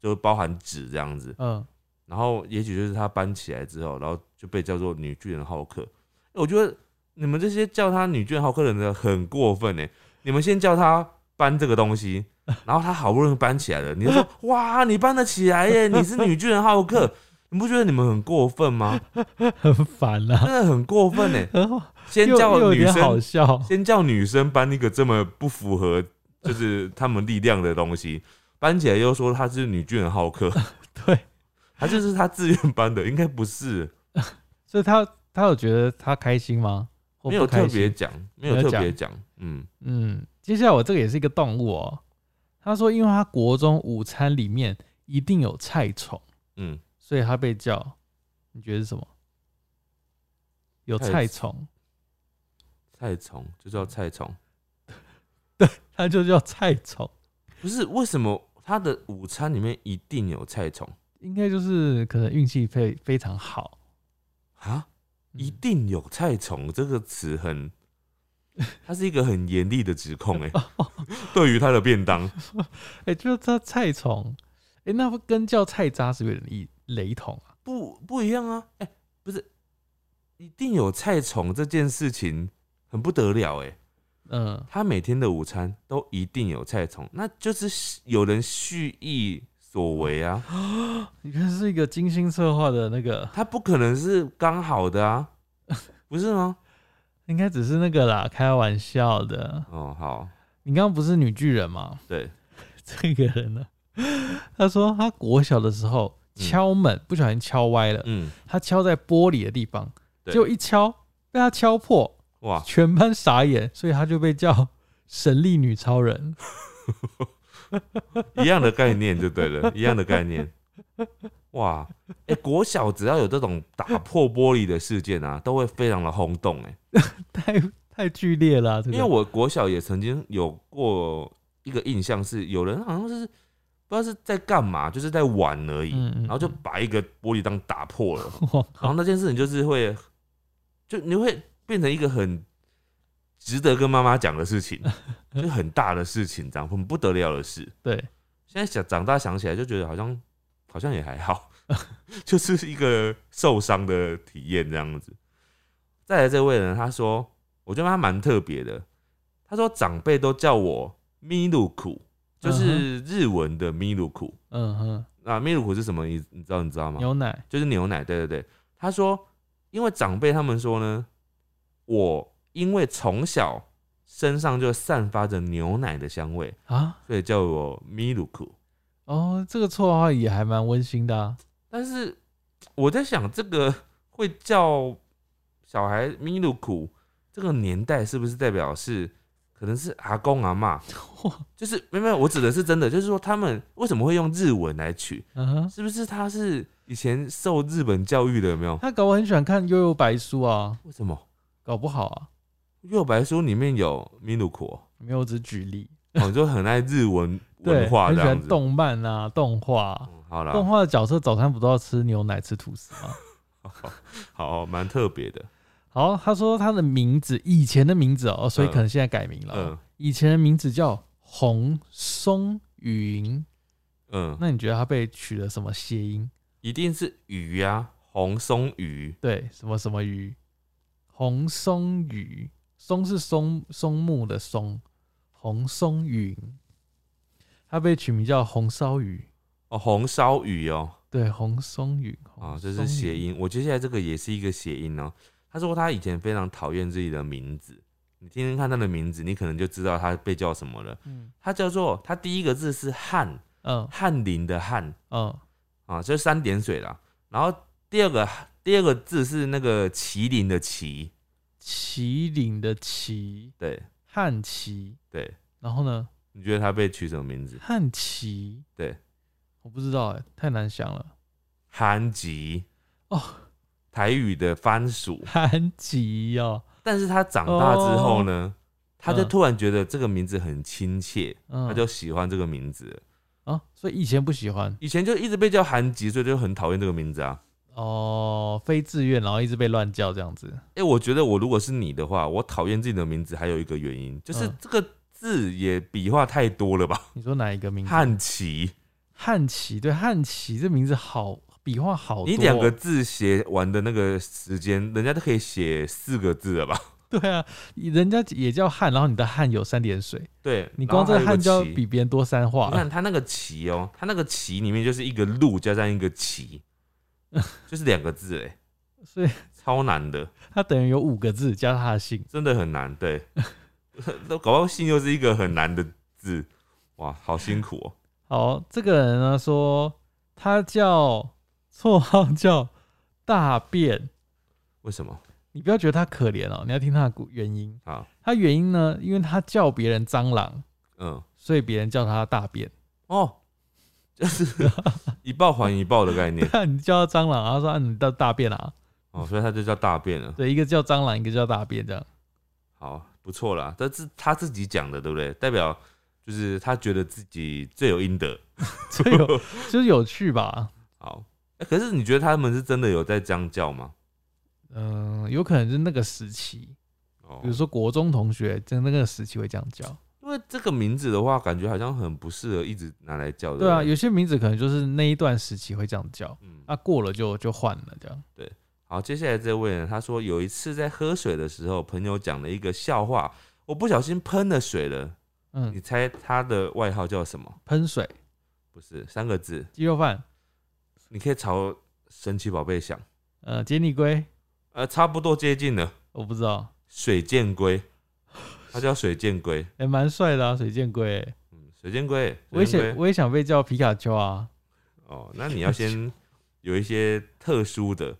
B: 就包含纸这样子。
A: 嗯，
B: 然后也许就是他搬起来之后，然后就被叫做女巨人浩克。我觉得你们这些叫他女巨人浩克的人很过分呢、你们先叫他搬这个东西，然后他好不容易搬起来了，你就说哇，你搬得起来耶，你是女巨人浩克，你不觉得你们很过分吗？
A: 嗯很烦啦、
B: 真的很过 分呢、
A: 然后
B: 先
A: 又又
B: 叫
A: 有
B: 女
A: 点好
B: 生，
A: 笑，
B: 先叫女生搬一个这么不符合就是他们力量的东西， 搬起来又说她是女巨人浩克，
A: 对，
B: 她就是她自愿搬的，应该不是。
A: 所以他他有觉得他开心吗？或
B: 没有
A: 不开
B: 特
A: 心
B: 别讲，
A: 没
B: 没有
A: 有
B: 特
A: 讲
B: 别讲，嗯，
A: 嗯，接下来我这个也是一个动物哦。他说，因为他国中午餐里面一定有菜虫，
B: 嗯，
A: 所以他被叫，你觉得是什么？有
B: 菜
A: 菜虫，
B: 菜虫就叫菜虫，
A: 他就叫菜虫，
B: 不是为什么他的午餐里面一定有菜虫
A: 应该就是可能运气非非常好。
B: 啊？
A: 嗯
B: 一定有菜虫这个 词很，它是一个很严厉的指控哎、对于他的便当，
A: 哎、就是他菜虫，哎、那不跟叫菜渣是不是有点一雷同啊？
B: 不不一样啊，哎、不是，一定有菜虫这件事情很不得了哎、
A: 嗯，
B: 他每天的午餐都一定有菜虫，那就是有人蓄意所为啊。
A: 你看是一个精心策划的那个，
B: 他不可能是刚好的啊，不是吗？
A: 应该只是那个啦，开玩笑的。
B: 哦，好，
A: 你刚刚不是女巨人吗？
B: 对，
A: 这个人呢，他说他国小的时候
B: 嗯
A: 敲门、不小心敲歪了，
B: 嗯，
A: 他敲在玻璃的地方，
B: 对
A: 结果一敲被他敲破，
B: 哇，
A: 全班傻眼，所以他就被叫神力女超人。
B: 一样的概念就对了，一样的概念。哇，哎、国小只要有这种打破玻璃的事件啊，都会非常的轰动哎、
A: 太太剧烈了啊、这
B: 因
A: 个
B: 为我国小也曾经有过一个印象是，有人好像是不知道是在干嘛，就是在玩而已，
A: 嗯嗯
B: 然后就把一个玻璃当打破了，
A: 哇
B: 然后那件事情就是会，就你会变成一个很值得跟妈妈讲的 事情，就是很大的事情，这样很不得了的事。
A: 对，
B: 现在想长大想起来就觉得好像好像也还好， 就是一个受伤的体验这样子。再来这位呢，他说，我觉得他蛮特别的，他说长辈都叫我咪鲁苦，就是日文的咪鲁苦。
A: 嗯哼，
B: 啊，咪鲁苦是什么意思？你知道你知道吗？
A: 牛奶，
B: 就是牛奶，对对对。他说，因为长辈他们说呢，我因为从小身上就散发着牛奶的香味，
A: 啊，
B: 所以叫我咪鲁库。
A: 哦，这个绰号也还蛮温馨的、啊，
B: 但是我在想，这个 会叫小孩咪鲁库，这个年代是不是代表是可能是阿公阿 妈？就是没有没有，我指的是真的，就是说他们为什么会用日文来取？
A: 嗯哼，
B: 是不是他是以前受日本教育的？有没有？
A: 他搞我很喜欢看《悠悠白书》啊，
B: 为什么？
A: 搞不好啊，
B: 右白书里面有米鲁库哦，
A: 没有，我只举例，
B: 哦，就很爱日文
A: 对，
B: 文化
A: 很
B: 这
A: 喜
B: 样
A: 欢
B: 子。
A: 动漫啊，动画啊、
B: 嗯好啦，
A: 动画的角色早餐不都要吃牛奶、吃吐司吗？
B: 好，蛮特别的。
A: 好，他说他的名字以前的名字哦，所以
B: 嗯
A: 可能现在改名了哦。
B: 嗯
A: 以前的名字叫洪松云，
B: 嗯，
A: 那你觉得他被取了什么谐音？
B: 一定是鱼啊，红松鱼。
A: 对，什么什么鱼？洪松鱼，松是松松木的松，洪松云，他被取名叫红烧鱼。
B: 哦，红烧鱼哦，
A: 对，洪松云
B: 啊，这是谐。音。我接下来这个也是一个谐音哦。他说他以前非常讨厌自己的名字，你听听看他的名字，你可能就知道他被叫什么了。
A: 洪松云嗯
B: 他叫做他第一个字是翰，
A: 嗯
B: 翰林的翰
A: 嗯，
B: 啊，就是三点水啦。然后第二个第二个字是那个麒麟的麒，
A: 麒麟的麒，
B: 对
A: 汉旗。
B: 对。
A: 然后呢，
B: 你觉得他被取什么名字？
A: 汉旗。
B: 对，
A: 我不知道哎、太难想了。
B: 憨吉
A: 哦，
B: 台语的番薯。
A: 汉旗哦，
B: 但是他长大之后呢，他就
A: 嗯
B: 突然觉得这个名字很亲切，
A: 嗯，
B: 他就喜欢这个名字了。
A: 啊，所以以前不喜欢
B: 以前就一直被叫韩吉，所以就很讨厌这个名字啊。
A: 哦，非自愿，然后一直被乱叫这样子。
B: 哎、我觉得我如果是你的话，我讨厌自己的名字还有一个原因，就是
A: 嗯
B: 这个字也笔画太多了吧？
A: 你说哪一个名字？
B: 汉奇，
A: 汉奇，对，汉奇这名字好，笔画好多哦、
B: 你两个字写完的那个时间，人家都可以写四个字了吧？
A: 对啊，人家也叫汉，然后你的汉有三点水，
B: 对，
A: 你光这
B: 然后还
A: 汉
B: 有个
A: 就要
B: 旗
A: 比别人多三画
B: 你
A: 了。
B: 看它那个“旗”哦，它那个“旗”里面就是一个“鹿”加上一个“ 旗”，就是两个字哎，
A: 所以
B: 超难的，
A: 他等于有五个字加他的姓，
B: 真的很难。对， 都搞不好姓又是一个很难的字，哇，好辛苦哦。
A: 好，这个人呢说他叫绰号叫大便，
B: 为什么？
A: 你不要觉得他可怜哦，你要听他的故原因。
B: 好，
A: 他原因呢，因为他叫别人蟑螂，
B: 嗯，
A: 所以别人叫他大便。
B: 哦，就是 一报还一报的概念
A: 那 你叫他蟑螂，然后说、啊、你叫大便啊，
B: 哦，所以它就叫大便了。
A: 对，一个叫蟑螂，一个叫大便这样。
B: 好，不错啦，这是他自己讲的，对不对？代表就是他觉得自己罪有应得。
A: 所以有就是有趣吧。
B: 好，哎、可是你觉得他们是真的有在这样叫吗？
A: 嗯、有可能是那个时期，
B: 哦
A: 比如说国中同学，在那个时期会这样叫。
B: 因为这个名字的话，感觉好像很不适合一直拿来叫的。
A: 对啊，有些名字可能就是那一段时期会这样叫，
B: 嗯，
A: 啊，过了就就换了这样。
B: 好，接下来这位呢，他说有一次在喝水的时候，朋友讲了一个笑话，我不小心喷了水了。你
A: 嗯，
B: 猜他的外号叫什么？
A: 喷水、
B: 不是三个字，
A: 鸡肉饭、
B: 你可以朝神奇宝贝想，
A: 呃，杰尼龟，
B: 呃，差不多接近了。
A: 我不知道，
B: 水箭龟，它叫水箭龟，
A: 哎、蛮帅的啊，水箭龟、
B: 嗯，水箭龟，
A: 我也
B: 水
A: 想
B: 箭龟。
A: 我也想被叫皮卡丘啊。
B: 哦，那你要先有一些特殊的，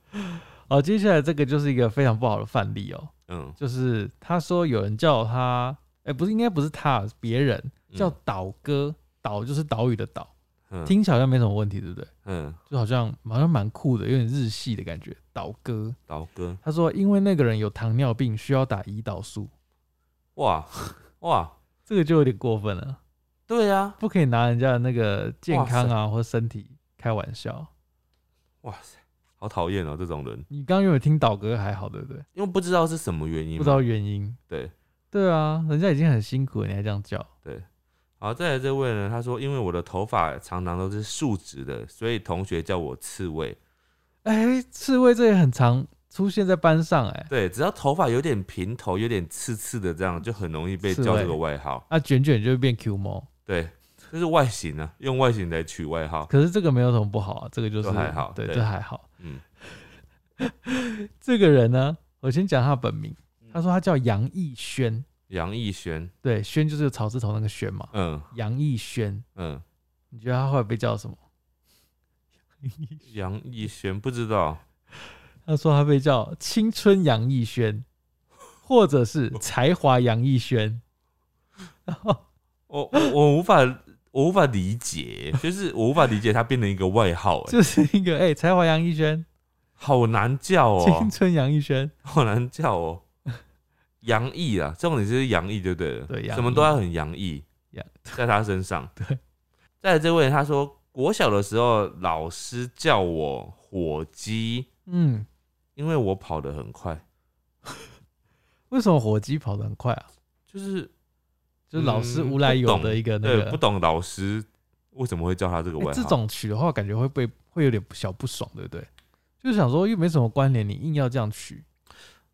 A: 哦，接下来这个就是一个非常不好的范例哦，
B: 嗯，
A: 就是他说有人叫他，哎、不是，应该不是他，别人
B: 嗯
A: 叫岛哥，岛就是岛屿的岛。
B: 嗯
A: 听起来好像没什么问题，对不对？
B: 嗯，
A: 就好像好像蛮酷的，有点日系的感觉。倒戈，
B: 刀哥，
A: 他说因为那个人有糖尿病，需要打胰岛素，
B: 哇哇，
A: 这个就有点过分了，
B: 对啊，
A: 不可以拿人家的那个健康
B: 哇
A: 啊或身体开玩笑。
B: 哇塞，好讨厌哦，这种人，
A: 你刚刚有没有听倒戈还好，对不对？
B: 因为不知道是什么原因嘛，
A: 不知道原因。
B: 对。
A: 对啊，人家已经很辛苦了，你还这样叫，
B: 好，再来这位呢，他说因为我的头发常常都是竖直的，所以同学叫我刺猬。
A: 哎、刺猬这也很常出现在班上、哎，
B: 对，只要头发有点平头，有点刺刺的，这样就很容易被
A: 刺
B: 叫
A: 猬
B: 这个外号。
A: 那啊卷卷就会变 Q 毛。
B: 对，就是外形啊，用外形来取外号。
A: 可是这个没有什么不好啊，这个就是
B: 都还好
A: 对，
B: 对
A: 这还好。
B: 嗯，
A: 这个人呢，我先讲他的本名，
B: 嗯
A: 他说他叫杨逸轩，
B: 杨逸轩，
A: 对，轩就是草字头那个轩嘛，
B: 嗯
A: 杨逸轩，
B: 嗯，
A: 你觉得他后来被叫什么？
B: 杨逸轩不知道
A: 他说他被叫青春杨逸轩，或者是才华杨逸轩。然后
B: 我我我无法我无法理解，就是我无法理解他变成一个外号、欸，
A: 就是一个哎、才华杨逸轩，
B: 好难叫哦、
A: 青春杨逸轩，
B: 好难叫哦。洋溢啊，重点就是洋溢就对了，
A: 对洋溢
B: 什么都要很洋溢
A: 洋，
B: 在他身上。
A: 对，
B: 再来这位他说国小的时候，老师叫我火鸡，
A: 嗯，
B: 因为我跑得很快，
A: 为什么火鸡跑得很快啊？
B: 就是
A: 就是老师
B: 嗯
A: 无来
B: 不
A: 由
B: 懂
A: 的一个那
B: 对
A: 个
B: 不，懂哎老师为什么会叫他这个
A: 欸
B: 外
A: 这
B: 号。
A: 种取的话，感觉会被会有点小不爽，对不对？就是想说又没什么关联，你硬要这样取，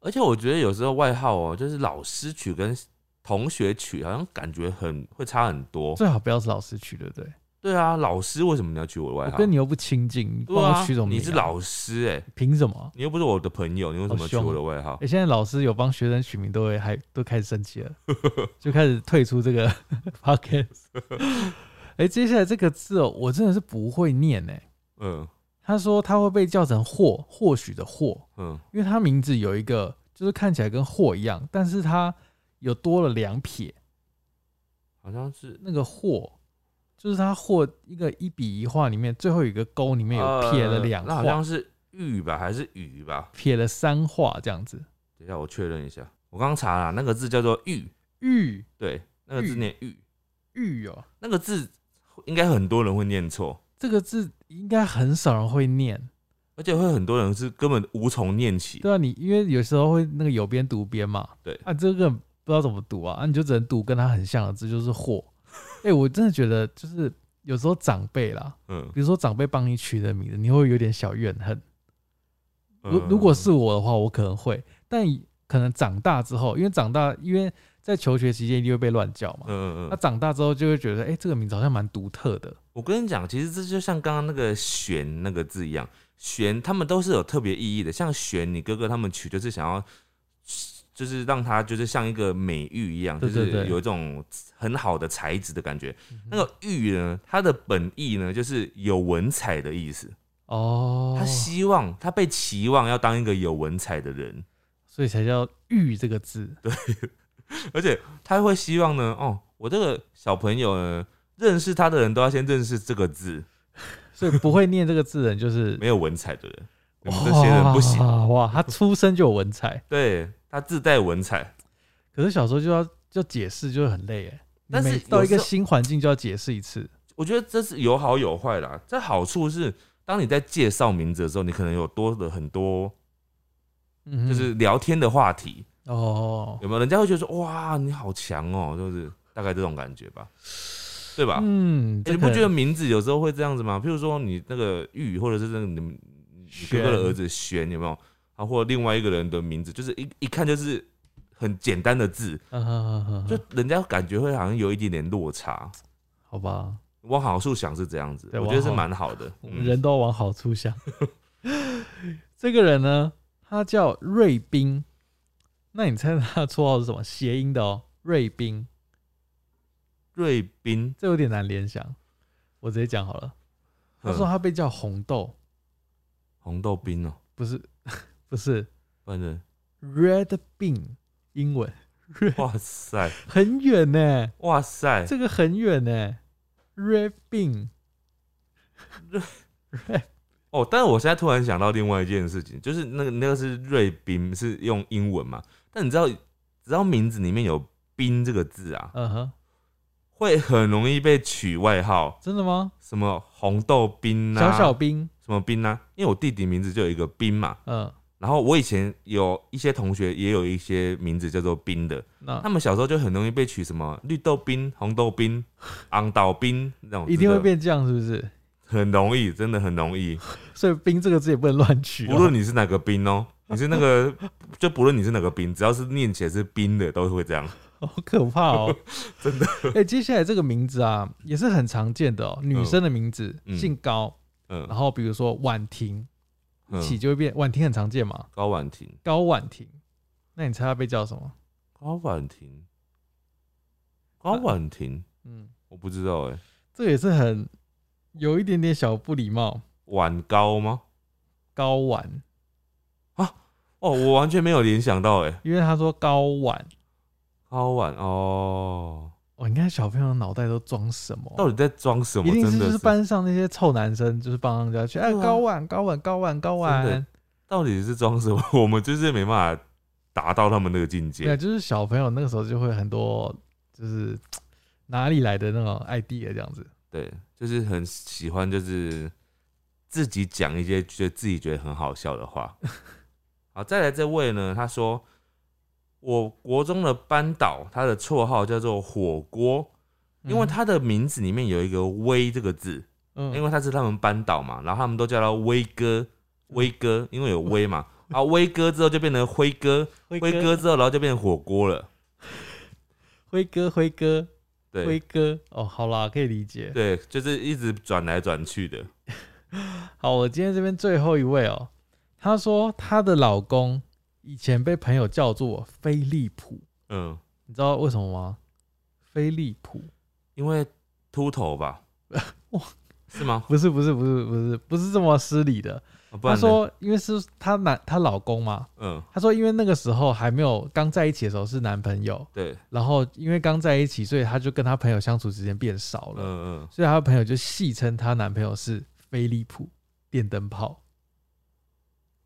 B: 而且我觉得有时候外号哦、就是老师取跟同学取，好像感觉很会差很多。
A: 最好不要是老师取，对不对？
B: 哦对啊，老师为什么你要取我的外
A: 我
B: 号？
A: 跟你又不亲近，你
B: 对
A: 帮
B: 啊
A: 我取什么、，
B: 你是，老师哎、
A: 凭什么？
B: 你又不是我的朋友，你为什么
A: 好
B: 取
A: 凶
B: 我的外号
A: 哎、？现在老师有帮学生取名，都会还都开始生气 了，就开始退出这个 podcast。哎、接下来这个字哦、我真的是不会念哎、
B: 嗯
A: 他说他会被叫成或或许的或，
B: 嗯，
A: 因为他名字有一个就是看起来跟或一样，但是他有多了两撇，
B: 好像是
A: 那个或就是他或一个一笔一画里面最后有一个勾里面有撇了两
B: 呃那
A: 画，
B: 好像是玉吧，还是雨吧？
A: 撇了三画这样子。
B: 等一下我确认一下，我刚刚查了，那个字叫做玉，
A: 玉
B: 对，那个字
A: 玉
B: 念玉，
A: 玉哦，
B: 那个字应该很多人会念错，
A: 这个字应该很少人会念，
B: 而且会很多人是根本无从念起。
A: 对啊，你因为有时候会那个有边读边嘛，
B: 对
A: 啊，这个不知道怎么读啊，啊，你就只能读跟他很像的字，就是或。哎、我真的觉得就是有时候长辈啦，
B: 嗯，
A: 比如说长辈帮你取的名字，你会有点小怨恨。如
B: 嗯
A: 如果是我的话，我可能会，但可能长大之后，因为长大，因为在求学期间一定会被乱叫嘛。
B: 嗯嗯
A: 那、
B: 嗯，
A: 长大之后就会觉得，哎、这个名字好像蛮独特的。
B: 我跟你讲，其实这就像刚刚那个“玄”那个字一样，“玄”他们都是有特别意义的。像“玄”，你哥哥他们取就是想要，就是让它就是像一个美玉一样，就
A: 对对
B: 是
A: 对嗯
B: 有一种很好的材质的感觉。那个玉呢，它的本意呢就是有文采的意思。
A: 哦
B: 他，希望他被期望要当一个有文采的人，
A: 所以才叫“玉”这个字。
B: 而且他会希望呢，哦，我这个小朋友呢，认识他的人都要先认识这个字，
A: 所以不会念这个字的人就是
B: 没有文采的人，你们这些人不行。
A: 哇哇，他出生就有文采，
B: 对他自带文采，
A: 可是小时候就要就解释，就会很累哎。你
B: 但是
A: 每
B: 有
A: 到一个
B: 时候
A: 新环境就要解释一次，
B: 我觉得这是有好有坏啦。这好处是，当你在介绍名字的时候，你可能有多了很多
A: 嗯哼，
B: 就是聊天的话题，
A: 哦，
B: 有没有？人家会觉得说，哇，你好强哦，就是大概这种感觉吧，对吧？
A: 嗯，
B: 欸
A: 这
B: 你不
A: 可
B: 觉得
A: 能
B: 名字有时候会这样子吗？譬如说你那个玉，或者是那个你们你哥哥的
A: 玄
B: 儿子玄，有没有？啊，或者另外一个人的名字，就是一一看就是很简单的字，
A: 嗯哼哼哼哼
B: 就人家感觉会好像有一点点落差。
A: 好吧？
B: 往好处想是这样子，
A: 对
B: 我觉得是
A: 往好
B: 蛮好的。
A: 我们
B: 嗯，
A: 人都要往好处想。这个人呢，他叫瑞斌，那你猜他的绰号是什么？谐音的哦，瑞斌，
B: 瑞斌，
A: 这有点难联想，我直接讲好了。他说
B: 嗯
A: 他被叫红豆，
B: 红豆冰哦，
A: 不是， 不是
B: 反正
A: red bean，英文
B: 哇塞，
A: 很远呢，
B: 哇塞，
A: 这个很远呢，red bean，
B: 哦，但是我现在突然想到另外一件事情，就是那个那个是瑞斌，是用英文嘛？但你知道，只要名字里面有“斌”这个字啊，
A: 嗯哼，
B: 会很容易被取外号，
A: 真的吗？
B: 什么红豆冰
A: 小
B: 啊，
A: 小兵，
B: 什么冰啊，因为我弟弟名字就有一个冰嘛。
A: 嗯，
B: 然后我以前有一些同学也有一些名字叫做冰的，他
A: 那
B: 们小时候就很容易被取什么绿豆冰、红豆冰、昂岛冰那种，
A: 一定会
B: 真的
A: 变这样，是不是？
B: 很容易，真的很容易。
A: 所以“兵”这个字也不能乱取、
B: 不
A: 哦。
B: 论你是哪个冰哦，你是那个 就不论你是哪个冰，只要是念起来是冰的，都会这样。
A: 好可怕 哦，真的。哎、接下来这个名字啊，也是很常见的哦，女生的名字，
B: 嗯
A: 姓高，然
B: 嗯，
A: 后比如说婉婷，一起
B: 嗯
A: 就会变婉婷，很常见嘛，
B: 高婉婷，
A: 高婉婷。那你猜她被叫什么？
B: 高婉婷，
A: 啊
B: 高婉婷，
A: 嗯，
B: 我不知道哎、
A: 这也是很有一点点小不礼貌，
B: 晚高吗？
A: 高婉，
B: 哦，我完全没有联想到哎，
A: 因为他说高婉。
B: 高晚哦，
A: 哦，你看小朋友脑袋都装什么？
B: 到底在装什么？
A: 一定
B: 真
A: 是就
B: 的
A: 是班上那些臭男生，就是帮人家去哎
B: 对啊
A: 高婉高婉高婉高
B: 真
A: 婉
B: 的，到底是装什么？ 我们就是没办法达到他们那个境
A: 对啊，
B: 界。
A: 就是小朋友那个时候就会很多，就是哪里来的那种 idea 这样子。
B: 对，就是很喜欢，就是自己讲一些觉得自己觉得很好笑的话。好，再来这位呢，他说，我国中的班导，他的绰号叫做火锅，因为他的名字里面有一个“威”这个字，
A: 嗯，
B: 因
A: 为
B: 为他是他们班导嘛，然后他们都叫他威哥，威哥，因为有威嘛，啊，威哥之后就变成辉哥，辉哥之后，然后就变成火锅了。
A: 辉哥辉哥辉
B: 对
A: 哥哦，好啦，可以理解。
B: 对，就是一直转来转去的。
A: 好，我今天这边最后一位哦，她说她的老公以前被朋友叫做飞利浦，
B: 嗯，
A: 你知道为什么吗？飞利浦
B: 因为秃头吧？
A: 哇，
B: 是吗？
A: 不是不是不是不是不是这么失礼的。
B: 啊
A: 她
B: 不然呢，
A: 说，因为是她男她老公嘛，
B: 嗯，
A: 她说因为那个时候还没有刚在一起的时候是男朋友，
B: 对，
A: 然后因为刚在一起，所以她就跟她朋友相处时间变少
B: 嗯
A: 了，
B: 嗯，
A: 所以她的朋友就戏称她男朋友是飞利浦电灯泡。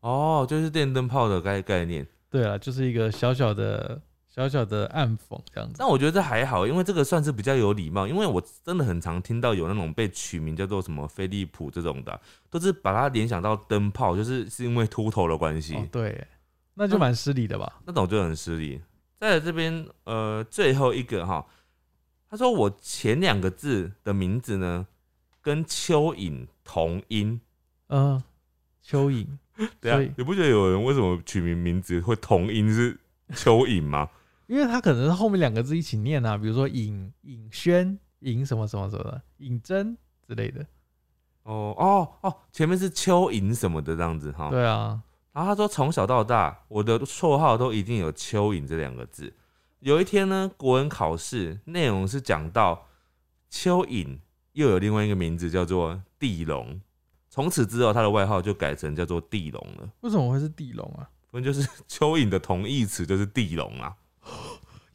B: 哦，就是电灯泡的概概念。
A: 对了，就是一个小小的小小的暗讽这样子。
B: 但我觉得这还好，因为这个算是比较有礼貌，因为我真的很常听到有那种被取名叫做什么飞利浦这种的啊，都是把它联想到灯泡，就是是因为秃头的关系。
A: 哦，对耶，那就蛮失礼的吧？
B: 那种就很失礼。在这边，呃，最后一个哈，他说我前两个字的名字呢，跟蚯蚓同音。
A: 嗯，蚯蚓，
B: 对啊
A: 所以，
B: 你不觉得有人为什么取名名字会同音是蚯蚓吗？
A: 因为他可能是后面两个字一起念啊，比如说尹尹轩、尹什么什么什么的、尹真之类的。
B: 哦哦哦，前面是蚯蚓什么的这样子哈。
A: 对啊，
B: 然后他说，从小到大，我的绰号都一定有“蚯蚓”这两个字。有一天呢，国文考试内容是讲到蚯蚓，又有另外一个名字叫做地龙。从此之后，他的外号就改成叫做地龙了。
A: 为什么会是地龙啊？
B: 反正 就是蚯蚓的同义词就是地龙啊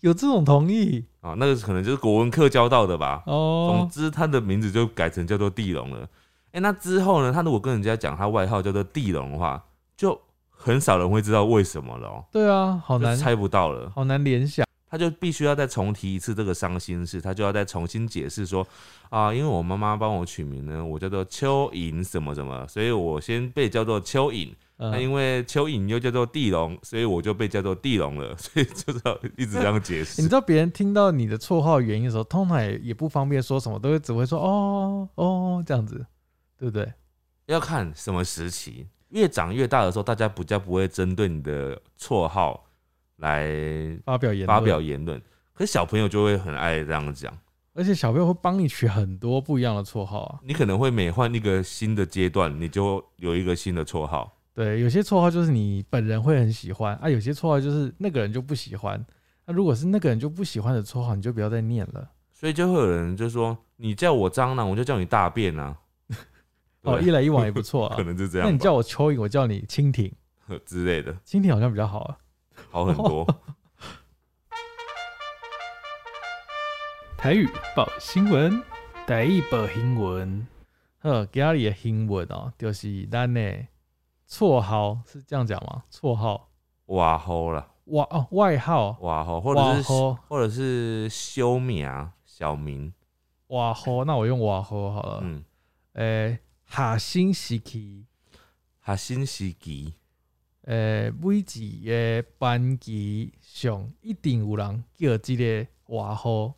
A: 有这种同意
B: 啊，那个可能就是国文课教到的吧。总
A: 哦？
B: 之，他的名字就改成叫做地龙了。哎、那之后呢，他如果跟人家讲他外号叫做地龙的话，就很少人会知道为什么了、哦，
A: 对啊，好
B: 就
A: 难，
B: 猜不到了。
A: 好难联想。
B: 他就必须要再重提一次这个伤心事，他就要再重新解释说啊，因为我妈妈帮我取名呢，我叫做蚯蚓什么什么，所以我先被叫做蚯蚓。那、
A: 嗯，
B: 因为蚯蚓又叫做地龙，所以我就被叫做地龙了，所以就是要一直这样解
A: 你
B: 释
A: 知。道别人听到你的绰号原因的时候，通常也也不方便说什么，都会只会说哦哦这样子，对不对？
B: 要看什么时期，越长越大的时候，大家比较不会针对你的绰号来
A: 发表言论
B: 发表言论，可是小朋友就会很爱这样讲。
A: 而且小朋友会帮你取很多不一样的绰号啊。
B: 你可能会每换一个新的阶段，你就有一个新的绰号。
A: 对，有些绰号就是你本人会很喜欢啊，有些绰号就是那个人就不喜欢。那、如果是那个人就不喜欢的绰号，你就不要再念了。
B: 所以就会有人就说：“你叫我蟑螂，我就叫你大便啊。对”
A: 哦，一来一 往也不错啊
B: 可。能是这样
A: 那
B: 吧，
A: 你叫我蚯蚓，我叫你蜻蜓，
B: 之类的，
A: 蜻蜓好像比较好啊。
B: 好很多。
A: 哦
D: 台语报新闻，台语报新闻，
A: 呵，今日的新闻哦，就是咱的绰号是这样讲吗？绰号
B: 哇吼啦，
A: 外哦外号，
B: 哇吼，或者
A: 哇
B: 是
A: 吼
B: 或者是修名啊小名，
A: 哇吼，那我用哇吼好了。
B: 嗯，
A: 诶、哈星时期，
B: 哈辛西吉
A: 诶、每一个班级上一定有人叫这个外号。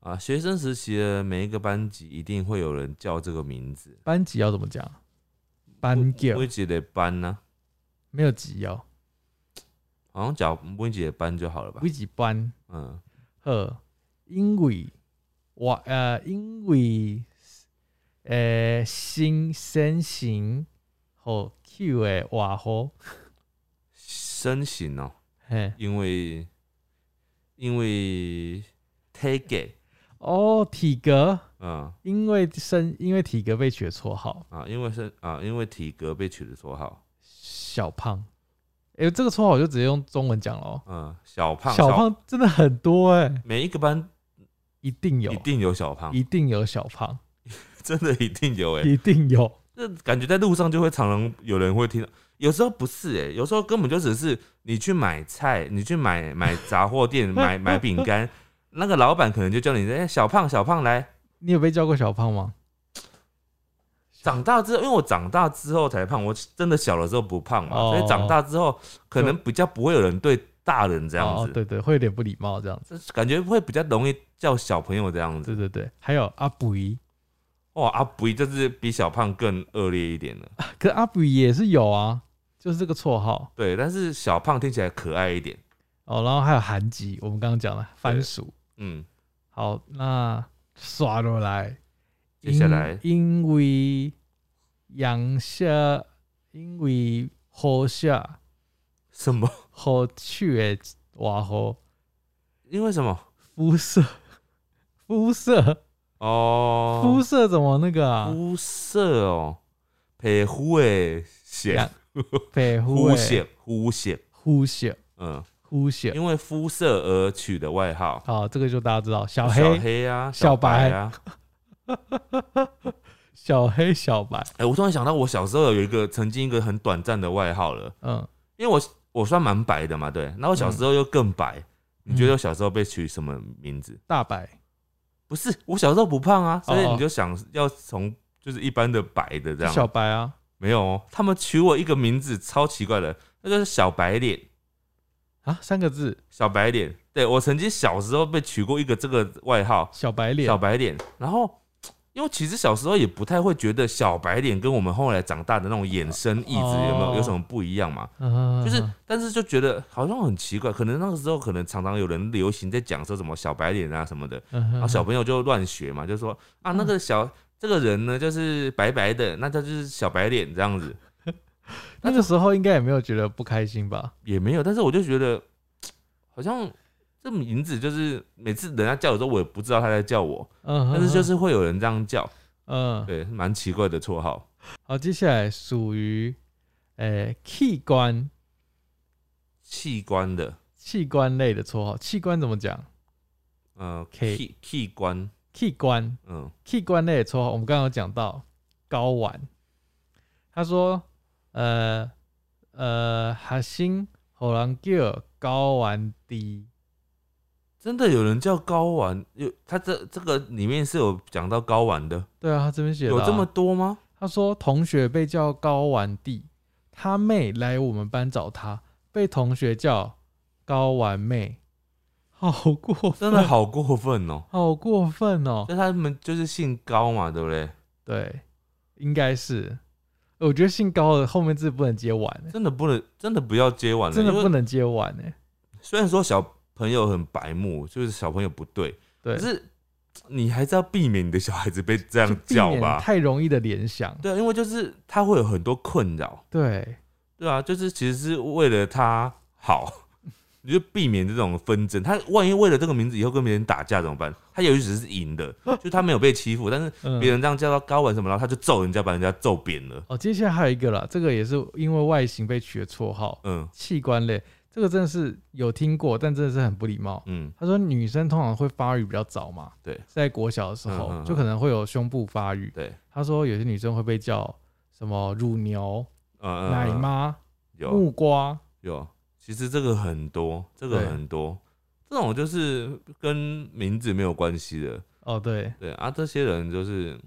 B: 啊，学生时期的每一个班级一定会有人叫这个名字，
A: 班级要怎么讲？班级哦
B: 每几的班呢、
A: 没有级哦，
B: 好像叫每几的班就好了吧
A: 每？级班
B: 嗯，
A: 呵，因为我呃，因为呃新身形和 Q 的外号，
B: 身形哦，
A: 嘿，
B: 因为因为 take it，
A: 哦体格，
B: 嗯。
A: 因为身因为体格被取的绰号
B: 啊，因为是啊，因为体格被取的绰号，
A: 小胖，哎、这个绰号我就直接用中文讲了。哦
B: 嗯，小胖，
A: 小，胖真的很多哎、
B: 每一个班
A: 一定有，
B: 一定有小胖，
A: 一定有小胖，
B: 真的一定有哎、
A: 一定有。
B: 这感觉在路上就会常常有人会听到，有时候不是哎、有时候根本就只是你去买菜，你去 买买杂货店买买饼干，那个老板可能就叫你哎、小胖小胖来，
A: 你有被叫过小胖吗？
B: 长大之后，因为我长大之后才胖，我真的小的时候不胖嘛，
A: 哦
B: 所以长大之后可能比较不会有人对大人这样
A: 哦，
B: 子，
A: 对对，会有点不礼貌这样子。
B: 就是感觉会比较容易叫小朋友这样子
A: 对。对对，还有阿布姨，
B: 哇，阿布就是比小胖更恶劣一点了，
A: 可阿布姨也是有啊，就是这个绰号
B: 对，但是小胖听起来可爱一点，
A: 哦。然后还有韩吉，我们刚刚讲了番薯。
B: 嗯，
A: 好，那刷落来，
B: 接下来
A: 因因为阳下，因为雨下，
B: 什么？
A: 雨去的话后
B: 因为什么？
A: 肤色， 肤色，肤
B: 哦，
A: 色怎么那个啊？
B: 肤色哦，皮肤的血
A: 呀， 北湖
B: 肤
A: 诶，
B: 血，肤血，
A: 呼血，
B: 嗯，
A: 呼血。
B: 因为肤色而取的外号，
A: 好，这个就大家知道，小
B: 小
A: 黑、
B: 黑啊，
A: 小
B: 白
A: 白
B: 啊。
A: 小黑、小白，
B: 哎、我突然想到，我小时候有一个曾经一个很短暂的外号了，
A: 嗯，
B: 因为我我算蛮白的嘛，对，那我小时候又更白。你觉得我小时候被取什么名字？
A: 大白，
B: 不是，我小时候不胖啊，所以
A: 哦哦
B: 你就想要从就是一般的白的这
A: 就
B: 样。
A: 小白啊，
B: 没有、哦，他们取我一个名字超奇怪的，那就是小白脸。
A: 啊，三个字，
B: 小白脸，对我曾经小时候被取过一个这个外号，
A: 小白脸
B: 小，白脸。然后，因为其实小时候也不太会觉得小白脸跟我们后来长大的那种衍生意志有没
A: 哦
B: 有有什么不一样嘛？
A: 嗯
B: 就是，但是就觉得好像很奇怪，可能那个时候可能常常有人流行在讲说什么小白脸啊什么的，然后
A: 啊
B: 小朋友就乱学嘛，就说啊
A: 嗯
B: 那个小这个人呢就是白白的，那他就是小白脸这样子。
A: 那个时候应该也没有觉得不开心吧？
B: 也没有，但是我就觉得好像这名字就是每次人家叫我的时候，我也不知道他在叫我，
A: 嗯，
B: 但是就是会有人这样叫，
A: 嗯，
B: 对，蛮奇怪的绰号。
A: 好，接下来属于诶器官
B: 器官的，
A: 器官类的绰号，器官怎么讲？
B: 呃，
A: K
B: 器器官，
A: 器官
B: 嗯，
A: 器官类的绰号，我们刚刚有讲到睾丸，他说呃呃，哈星荷兰叫睾丸低，
B: 真的有人叫睾丸，有他这这个里面是有讲到睾丸的，
A: 对啊，他这边写的啊、
B: 有这么多吗？
A: 他说同学被叫高玩弟，他妹来我们班找他，被同学叫高玩妹，好过分，
B: 真的好过 分哦！
A: 好过分哦！
B: 那他们就是姓高嘛，对不对？
A: 对，应该是，呃我觉得姓高的后面字不能接完、欸，
B: 真的不能，真的不要接完了，
A: 真的
B: 因为
A: 不能接完哎、
B: 虽然说小朋友很白目，就是小朋友不对，
A: 对，
B: 可是你还是要避免你的小孩子被这
A: 就
B: 样
A: 避
B: 叫
A: 免
B: 吧？
A: 太容易的联想，
B: 对啊，因为就是他会有很多困扰，
A: 对
B: 对啊，就是其实是为了他好， 你就避免这种纷争。他万一为了这个名字以后跟别人打架怎么办？他也许只是 赢的，就他没有被欺负，但是
A: 嗯
B: 别人这样叫他高玩什么，然后他就揍人家，把人家揍扁了。
A: 哦，接下来还有一个啦，这个也是因为外形被取的绰号，
B: 嗯
A: 器官类，这个真的是有听过，但真的是很不礼貌。
B: 嗯，
A: 他说女生通常会发育比较早嘛，
B: 对
A: 是在国小的时候、
B: 嗯嗯嗯
A: 就可能会有胸部发育。
B: 对，
A: 他说有些女生会被叫什么乳牛、
B: 嗯嗯，
A: 奶
B: 嗯
A: 妈、
B: 有
A: 木瓜，
B: 有，其实这个很多，这个
A: 对
B: 很多，这种就是跟名字没有关系的。
A: 哦对，
B: 对啊，这些人就是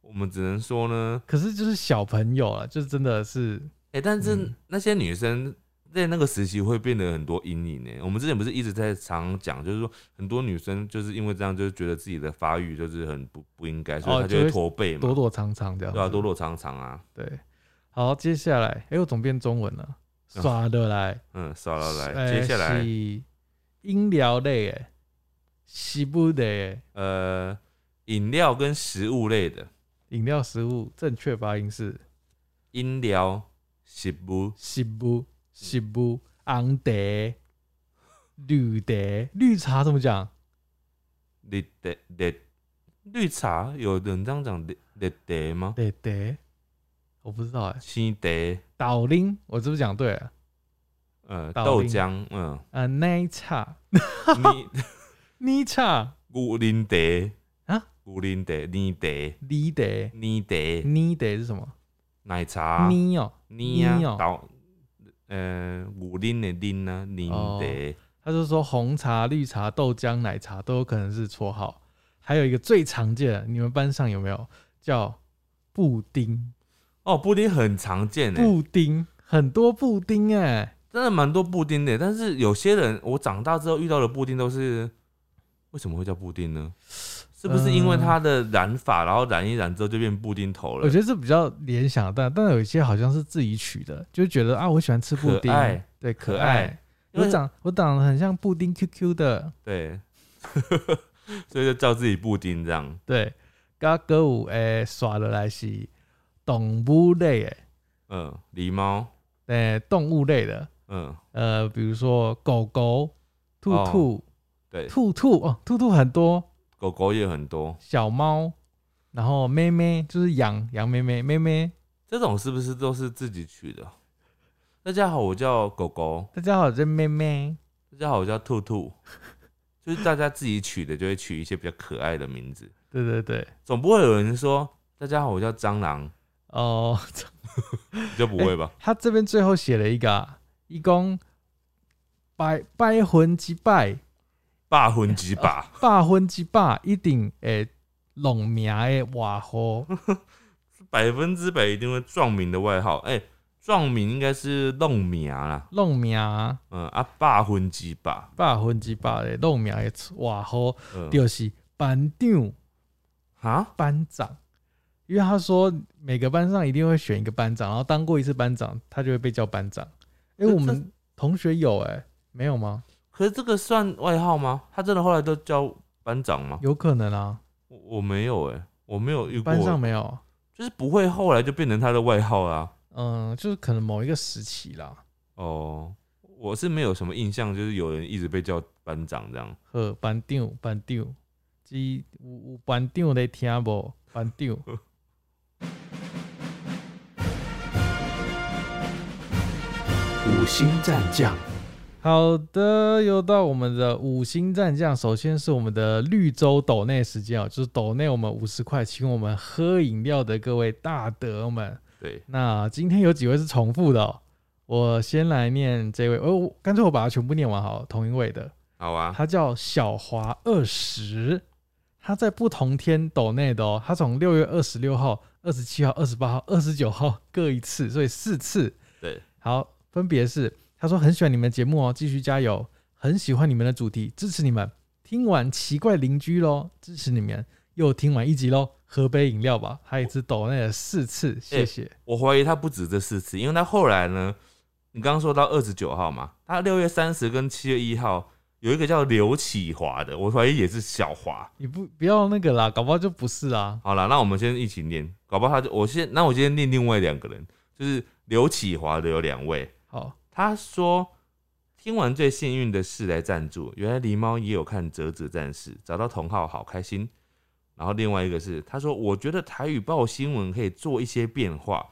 B: 我们只能说呢，
A: 可是就是小朋友了，就是真的是
B: 哎、但是
A: 嗯
B: 那些女生在那个时期会变得很多阴影呢、我们之前不是一直在常讲，就是说很多女生就是因为这样，就是觉得自己的发育就是很不不应该，所以
A: 哦
B: 她
A: 就
B: 就会
A: 会
B: 驼背嘛，
A: 躲躲藏藏这样
B: 对
A: 子。
B: 啊，躲躲藏藏啊，
A: 对，好，接下来，哎、我总变中文了，
B: 嗯
A: 刷的来，
B: 嗯，算了，来，
A: 呃
B: 接下来
A: 是医疗类，哎，西部的哎，
B: 呃，饮料跟食物类的，
A: 饮料、食物，正确发音是
B: 饮料、食物、
A: 西部西部红茶、绿茶，绿茶怎么讲？
B: 绿的绿绿茶，有人这样讲绿绿茶吗？
A: 绿茶，我不知道哎、
B: 青茶，
A: 豆林，我是不是讲对了？
B: 呃，
A: 豆
B: 豆
A: 丁
B: 浆， 嗯，
A: 呃，奶茶，
B: 你。
A: 奶茶，
B: 牛奶茶
A: 啊，
B: 牛奶茶、奶茶、
A: 梨茶，
B: 奶茶、
A: 泥茶是什么？
B: 奶茶、
A: 泥哦、
B: 奶啊
A: 奶哦，
B: 豆，呃，牛奶的奶啊，奶
A: 哦
B: 茶，
A: 他就说红茶、绿茶、豆浆、奶茶都有可能是绰号。还有一个最常见的，你们班上有没有叫布丁？
B: 哦，布丁很常见诶、
A: 布丁很多布丁哎、
B: 真的蛮多布丁的欸。但是有些人，我长大之后遇到的布丁都是为什么会叫布丁呢？是不是因
A: 呃
B: 为他的染发，然后染一染之后就变布丁头了？
A: 我觉得这比较联想但但有一些好像是自己取的，就觉得啊，我喜欢吃布
B: 可
A: 丁
B: 爱，
A: 对，可
B: 可
A: 爱
B: 爱。因
A: 我
B: 为
A: 长我长得很像布丁 QQ 的，
B: 对， 所以就叫自己布丁这样。
A: 对，嘎歌舞诶耍的来是动物类诶，
B: 嗯，狸猫，
A: 诶动物类的，
B: 嗯，
A: 呃，比如说狗狗、兔兔、
B: 哦对，
A: 兔兔哦，兔兔很多，
B: 狗狗也很多。
A: 小猫，然后妹妹就是羊羊妹妹妹妹。
B: 这种是不是都是自己取的？大家好，我叫狗狗。
A: 大家好，我是妹妹。
B: 大家好，我叫兔兔。就是大家自己取的，就会取一些比较可爱的名字。
A: 对对对，
B: 总不会有人说“大家好，我叫蟑螂
A: 哦，”，
B: 你就不会吧？
A: 他这边最后写了一个、啊，一共百百分之百，
B: 霸魂几把，
A: 百分之百一定会弄名的外 号。
B: 百分之百一定会撞名的外号。哎、撞名应该是弄名啦。
A: 弄名
B: 嗯啊，霸魂几把，
A: 百分之百的弄名的外号
B: 嗯，
A: 就是班长、
B: 啊，
A: 班长，因为他说每个班上一定会选一个班长，然后当过一次班长，他就会被叫班长。哎、
B: 这
A: 我们同学有哎、没有吗？
B: 可是这个算外号吗？他真的后来都叫班长吗？
A: 有可能啊，
B: 我我没有哎、我没有遇过，
A: 班上没有。啊
B: 就是不会后来就变成他的外号啊啦、
A: 嗯，就是可能某一个时期啦，
B: 哦，我是没有什么印象，就是有人一直被叫班长这样。
A: 呵，班长班长，即有有班长在听无？班长，
D: 五星战将，
A: 好的，又到我们的五星战将，首先是我们的绿洲斗内时间哦，就是斗内我们五十块，请我们喝饮料的各位大德们。
B: 对，
A: 那今天有几位是重复的、哦，我先来念这位，哦，我干脆我把它全部念完好了，同一位的，
B: 好啊，
A: 他叫小华二十，他在不同天斗内的哦，他从六月二十六号、二十七号、二十八号、二十九号各一次，所以四次。
B: 对，
A: 好，分别是他说很喜欢你们的节目哦，继续加油，很喜欢你们的主题，支持你们。听完奇怪邻居喽，支持你们，又听完一集喽，喝杯饮料吧。他一次抖内了四次，
B: 哎
A: 谢谢。
B: 我怀疑他不止这四次，因为他后来呢，你刚刚说到二十九号嘛，他六月三十跟七月一号有一个叫刘启华的，我怀疑也是小华。
A: 你不不要那个啦，搞不好就不是啦。
B: 好了，那我们先一起念，搞不好他就我先，那我今天念另外两个人，就是刘启华的有两位，
A: 好，
B: 他说：“听完最幸运的事来赞助，原来狸猫也有看《折纸战士》，找到同号好开心。”然后另外一个是他说：“我觉得台语报新闻可以做一些变化，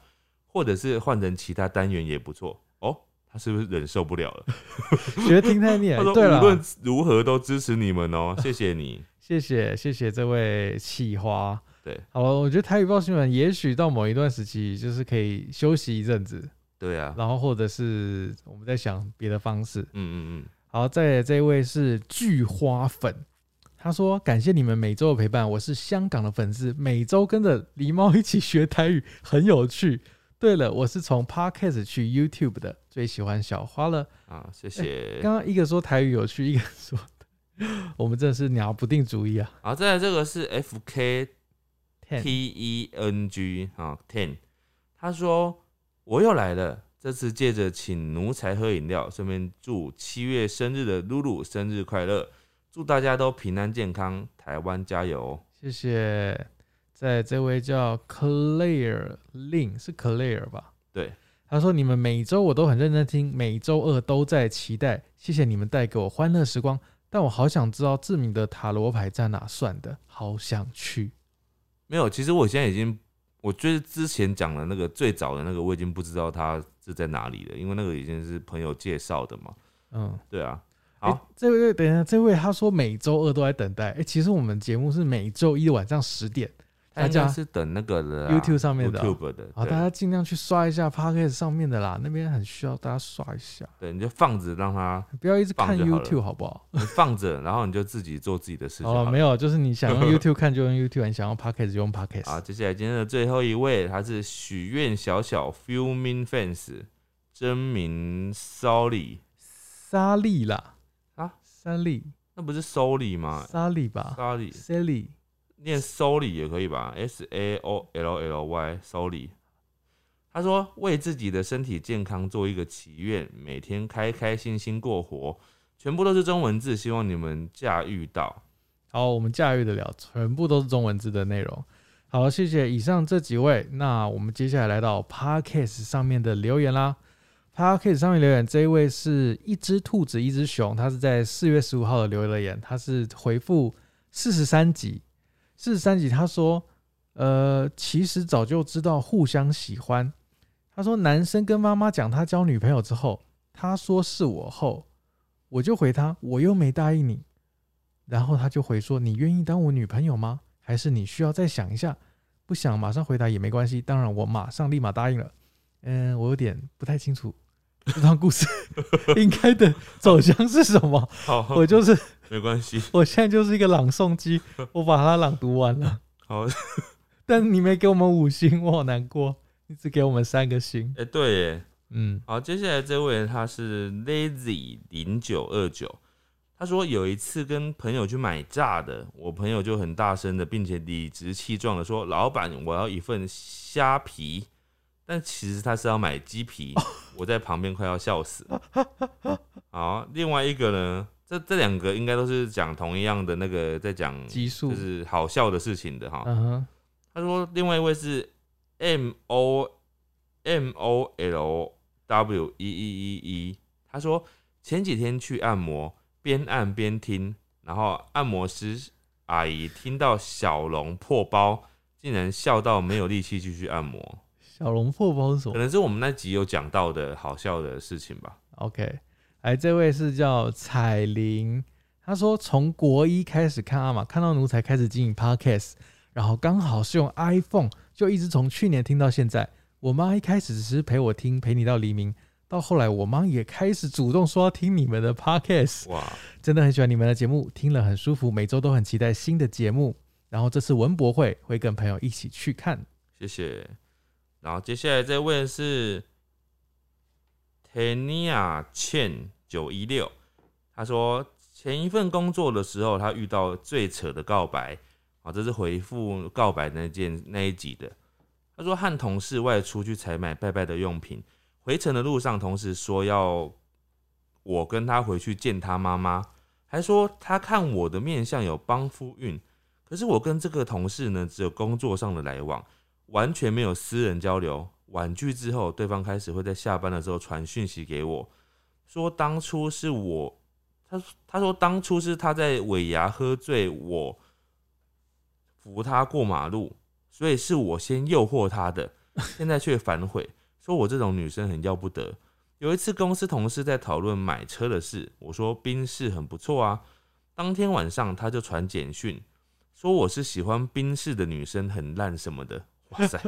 B: 或者是换成其他单元也不错。”哦，他是不是忍受不了了？
A: 觉得听太念
B: 他说：“。
A: 对了
B: 无，论如何都支持你们哦，谢谢你。
A: 谢谢谢谢这位企花。
B: 对
A: 好了，我觉得台语报新闻也许到某一段时期，就是可以休息一阵子，”
B: 对啊，
A: 然后或者是我们在想别的方式。
B: 嗯嗯嗯，
A: 好，再来这一位是菊花粉，他说感谢你们每周的陪伴，我是香港的粉丝，每周跟着狸猫一起学台语，很有趣。对了，我是从 Podcast 去 YouTube 的，最喜欢小花了。
B: 啊，谢谢。
A: 刚刚一个说台语有趣，一个说 我们真的是拿不定主意啊。
B: 好，再来这个是 F K
A: Ten
B: T E N G
A: 嗯
B: 啊，ten，他说我又来了，这次借着请奴才喝饮料，顺便祝七月生日的露露生日快乐，祝大家都平安健康，台湾加油！
A: 谢谢。在这位叫 Claire Lin 是 Claire 吧？
B: 对，
A: 他说你们每周我都很认真听，每周二都在期待，谢谢你们带给我欢乐时光。但我好想知道志明的塔罗牌在哪算的，好想去。
B: 没有，其实我现在已经，我就是之前讲的那个最早的那个，我已经不知道它是在哪里了，因为那个已经是朋友介绍的嘛。
A: 嗯，
B: 对啊，好，
A: 哎，这位等一下，这位他说每周二都在等待。哎、其实我们节目是每周一晚上十点，
B: 他
A: 大
B: 应
A: 家
B: 该是等那个的啦
A: YouTube 上面的啊
B: YouTube 的，
A: 好，
B: 对
A: 大家尽量去刷一下 Podcast 上面的啦，那边很需要大家刷一下，
B: 对，你就放着让他
A: 不要一直看
B: 放就好了
A: YouTube 好不好？
B: 你放着，然后你就自己做自己的事情。
A: 好了，没
B: 有
A: 有，就是你想用 YouTube 看就用 YouTube，你想用 Podcast 就用 Podcast。
B: 好，接下来今天的最后一位，他是许愿小小 Fuming Fans，真名 Solly，
A: 莎莉啦，
B: 啊，
A: 莎莉，
B: 那不是 Solly 吗
A: 莎莉吧
B: ？Solly
A: ，Sally，
B: 念 Solly 也可以吧？S A O L L Y Solly。他说：“为自己的身体健康做一个祈愿，每天开开心心过活。”全部都是中文字，希望你们驾驭到。
A: 好，我们驾驭得了，全部都是中文字的内容。好，谢谢以上这几位。那我们接下来来到 Podcast 上面的留言啦。Podcast 上面留言这一位是一只兔子一只熊，他是在四月十五号的留了言，他是回复四十三集，四十三集他说，呃，其实早就知道互相喜欢。他说男生跟妈妈讲他交女朋友之后，他说是我后，我就回他我又没答应你，然后他就回说：“你愿意当我女朋友吗？还是你需要再想一下？不想马上回答也没关系。当然，我马上立马答应了。嗯，我有点不太清楚这段故事应该的走向是什么。
B: 好，
A: 我就是
B: 没关系。
A: 我现在就是一个朗诵机，我把它朗读完了。
B: 好，
A: 但你没给我们五星，我好难过。你只给我们三个星。
B: 哎、对耶，
A: 嗯，
B: 好，接下来这位他是 Lazy 零九二九，他说有一次跟朋友去买炸的，我朋友就很大声的，并且理直气壮的说：“老板，我要一份虾皮。”但其实他是要买鸡皮，我在旁边快要笑死。好，另外一个呢，这这两个应该都是讲同一样的那个，在讲
A: 级数
B: 就，是好笑的事情的哈。
A: 嗯哼，
B: 他说另外一位是 M O M O L W E 一一一一，他说前几天去按摩，边按边听，然后按摩师阿姨听到小龙破包，竟然笑到没有力气继续按摩，
A: 小龙破包是什
B: 可
A: 么
B: 能是我们那集有讲到的好笑的事情吧。
A: ？OK，哎，这位是叫彩玲，他说从国一开始看阿玛，看到奴才开始经营 Podcast，然后刚好是用 iPhone，就一直从去年听到现在。我妈一开始只是陪我听，陪你到黎明，到后来我妈也开始主动说要听你们的 Podcast，
B: 哇，
A: 真的很喜欢你们的节目，听了很舒服，每周都很期待新的节目。然后这次文博会会跟朋友一起去看，
B: 谢谢。然后接下来这位是 Tania Chen 九一六，他说前一份工作的时候，他遇到最扯的告白，啊，这是回复告白那件那一集的。他说和同事外出去采买拜拜的用品，回程的路上，同事说要我跟他回去见他妈妈，还说他看我的面相有帮夫运，可是我跟这个同事呢，只有工作上的来往，完全没有私人交流。婉拒之后，对方开始会在下班的时候传讯息给我，说当初是我，他他说当初是他在尾牙喝醉，我扶他过马路，所以是我先诱惑他的，现在却反悔，说我这种女生很要不得。有一次公司同事在讨论买车的事，我说宾士很不错啊，当天晚上他就传简讯，说我是喜欢宾士的女生很烂什么的。哇塞！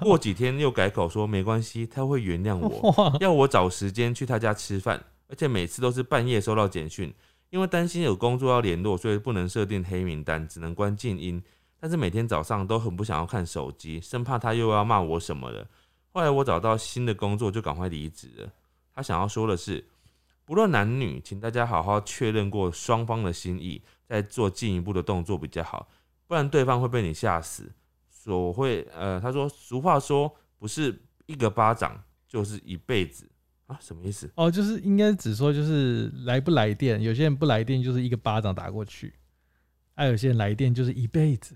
B: 过几天又改口说没关系，他会原谅我，
A: 哇，
B: 要我找时间去他家吃饭，而且每次都是半夜收到简讯，因为担心有工作要联络，所以不能设定黑名单，只能关静音。但是每天早上都很不想要看手机，生怕他又要骂我什么了。后来我找到新的工作，就赶快离职了。他想要说的是，不论男女，请大家好好确认过双方的心意，再做进一步的动作比较好，不然对方会被你吓死。所会呃，他说俗话说，不是一个巴掌就是一辈子啊，什么意思？
A: 哦，就是应该只说就是来不来电，有些人不来电就是一个巴掌打过去，还、有些人来电就是一辈子。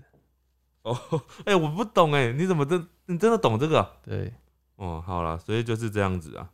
B: 哦，哎、我不懂哎、你怎么真你真的懂这个？
A: 对，
B: 哦，好了，所以就是这样子啊。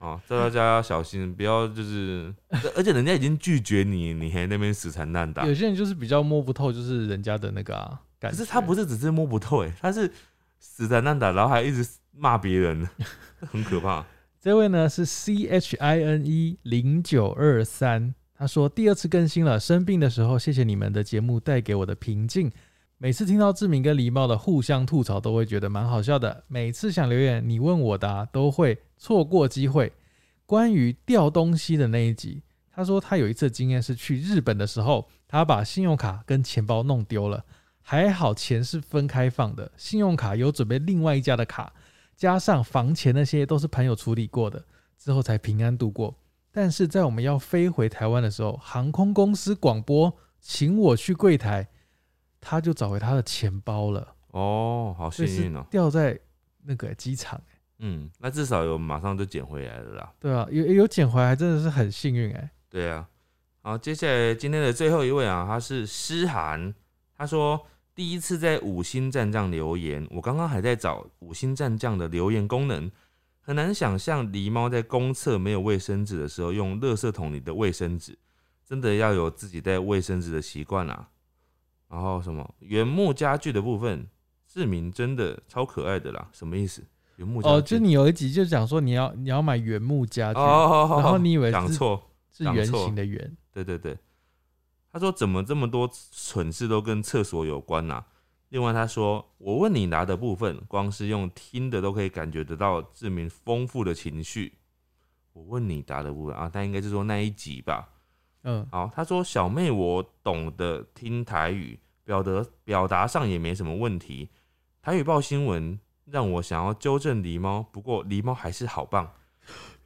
B: 哦，叫大家要小心，不要就是，而而且人家已经拒绝你，你还在那边死缠烂打
A: 有。些人就是比较摸不透，就是人家的那个啊感
B: 可
A: 觉。
B: 是他不是只是摸不透哎、他是死缠烂打，然后还一直骂别人， 很可怕。
A: 这位呢是 C H I N E 零九二三，他说第二次更新了，生病的时候谢谢你们的节目带给我的平静，每次听到志明跟狸猫的互相吐槽，都会觉得蛮好笑的。每次想留言你问我答、都会错过机会。关于掉东西的那一集，他说他有一次经验是去日本的时候，他把信用卡跟钱包弄丢了，还好钱是分开放的，信用卡有准备另外一家的卡，加上房钱那些都是朋友处理过的，之后才平安度过。但是在我们要飞回台湾的时候，航空公司广播请我去柜台，他就找回他的钱包了，
B: 哦，好
A: 所
B: 幸
A: 以是
B: 运哦。
A: 掉在那个机场、欸
B: 嗯，那至少有马上就捡回来了啦。
A: 对啊，有有捡回来，真的是很幸运哎、
B: 对啊，好，接下来今天的最后一位啊，他是诗涵，他说第一次在五星战将留言，我刚刚还在找五星战将的留言功能，很难想象狸猫在公厕没有卫生纸的时候用垃圾桶里的卫生纸，真的要有自己带卫生纸的习惯啦。然后什么原木家具的部分，志明真的超可爱的啦，什么意思？原木家具
A: 哦，就你有一集就讲说你要你要买原木家具，
B: 哦，
A: 然后你以为
B: 讲
A: 是
B: 错，
A: 是
B: 讲
A: 圆
B: 错
A: 形的圆，
B: 对对对，他说怎么这么多蠢事都跟厕所有关呐、另外他说，我问你拿的部分，光是用听的都可以感觉得到志明丰富的情绪。我问你答的部分啊，他应该是说那一集吧。
A: 嗯，
B: 好，他说小妹我懂得听台语，表达表达上也没什么问题。台语报新闻让我想要纠正狸猫，不过狸猫还是好棒。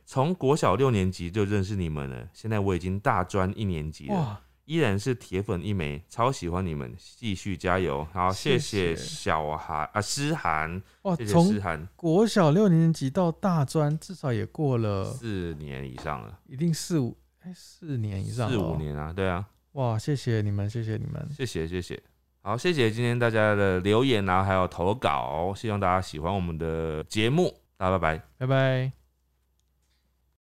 B: 从国小六年级就认识你们了，现在我已经大专一年级了，
A: 哇，
B: 依然是铁粉一枚，超喜欢你们，继续加油！好，谢
A: 谢谢
B: 谢小韩啊，诗涵，
A: 哇，
B: 谢谢诗
A: 从
B: 涵，
A: 国小六年级到大专，至少也过了
B: 四年以上了，
A: 一定四五哎四年以上，哦
B: 四五，年啊，对啊，
A: 哇，谢谢你们，谢谢你们，
B: 谢谢谢谢，好，谢谢今天大家的留言啊，还有投稿，希望大家喜欢我们的节目，大家拜拜。
A: 拜拜。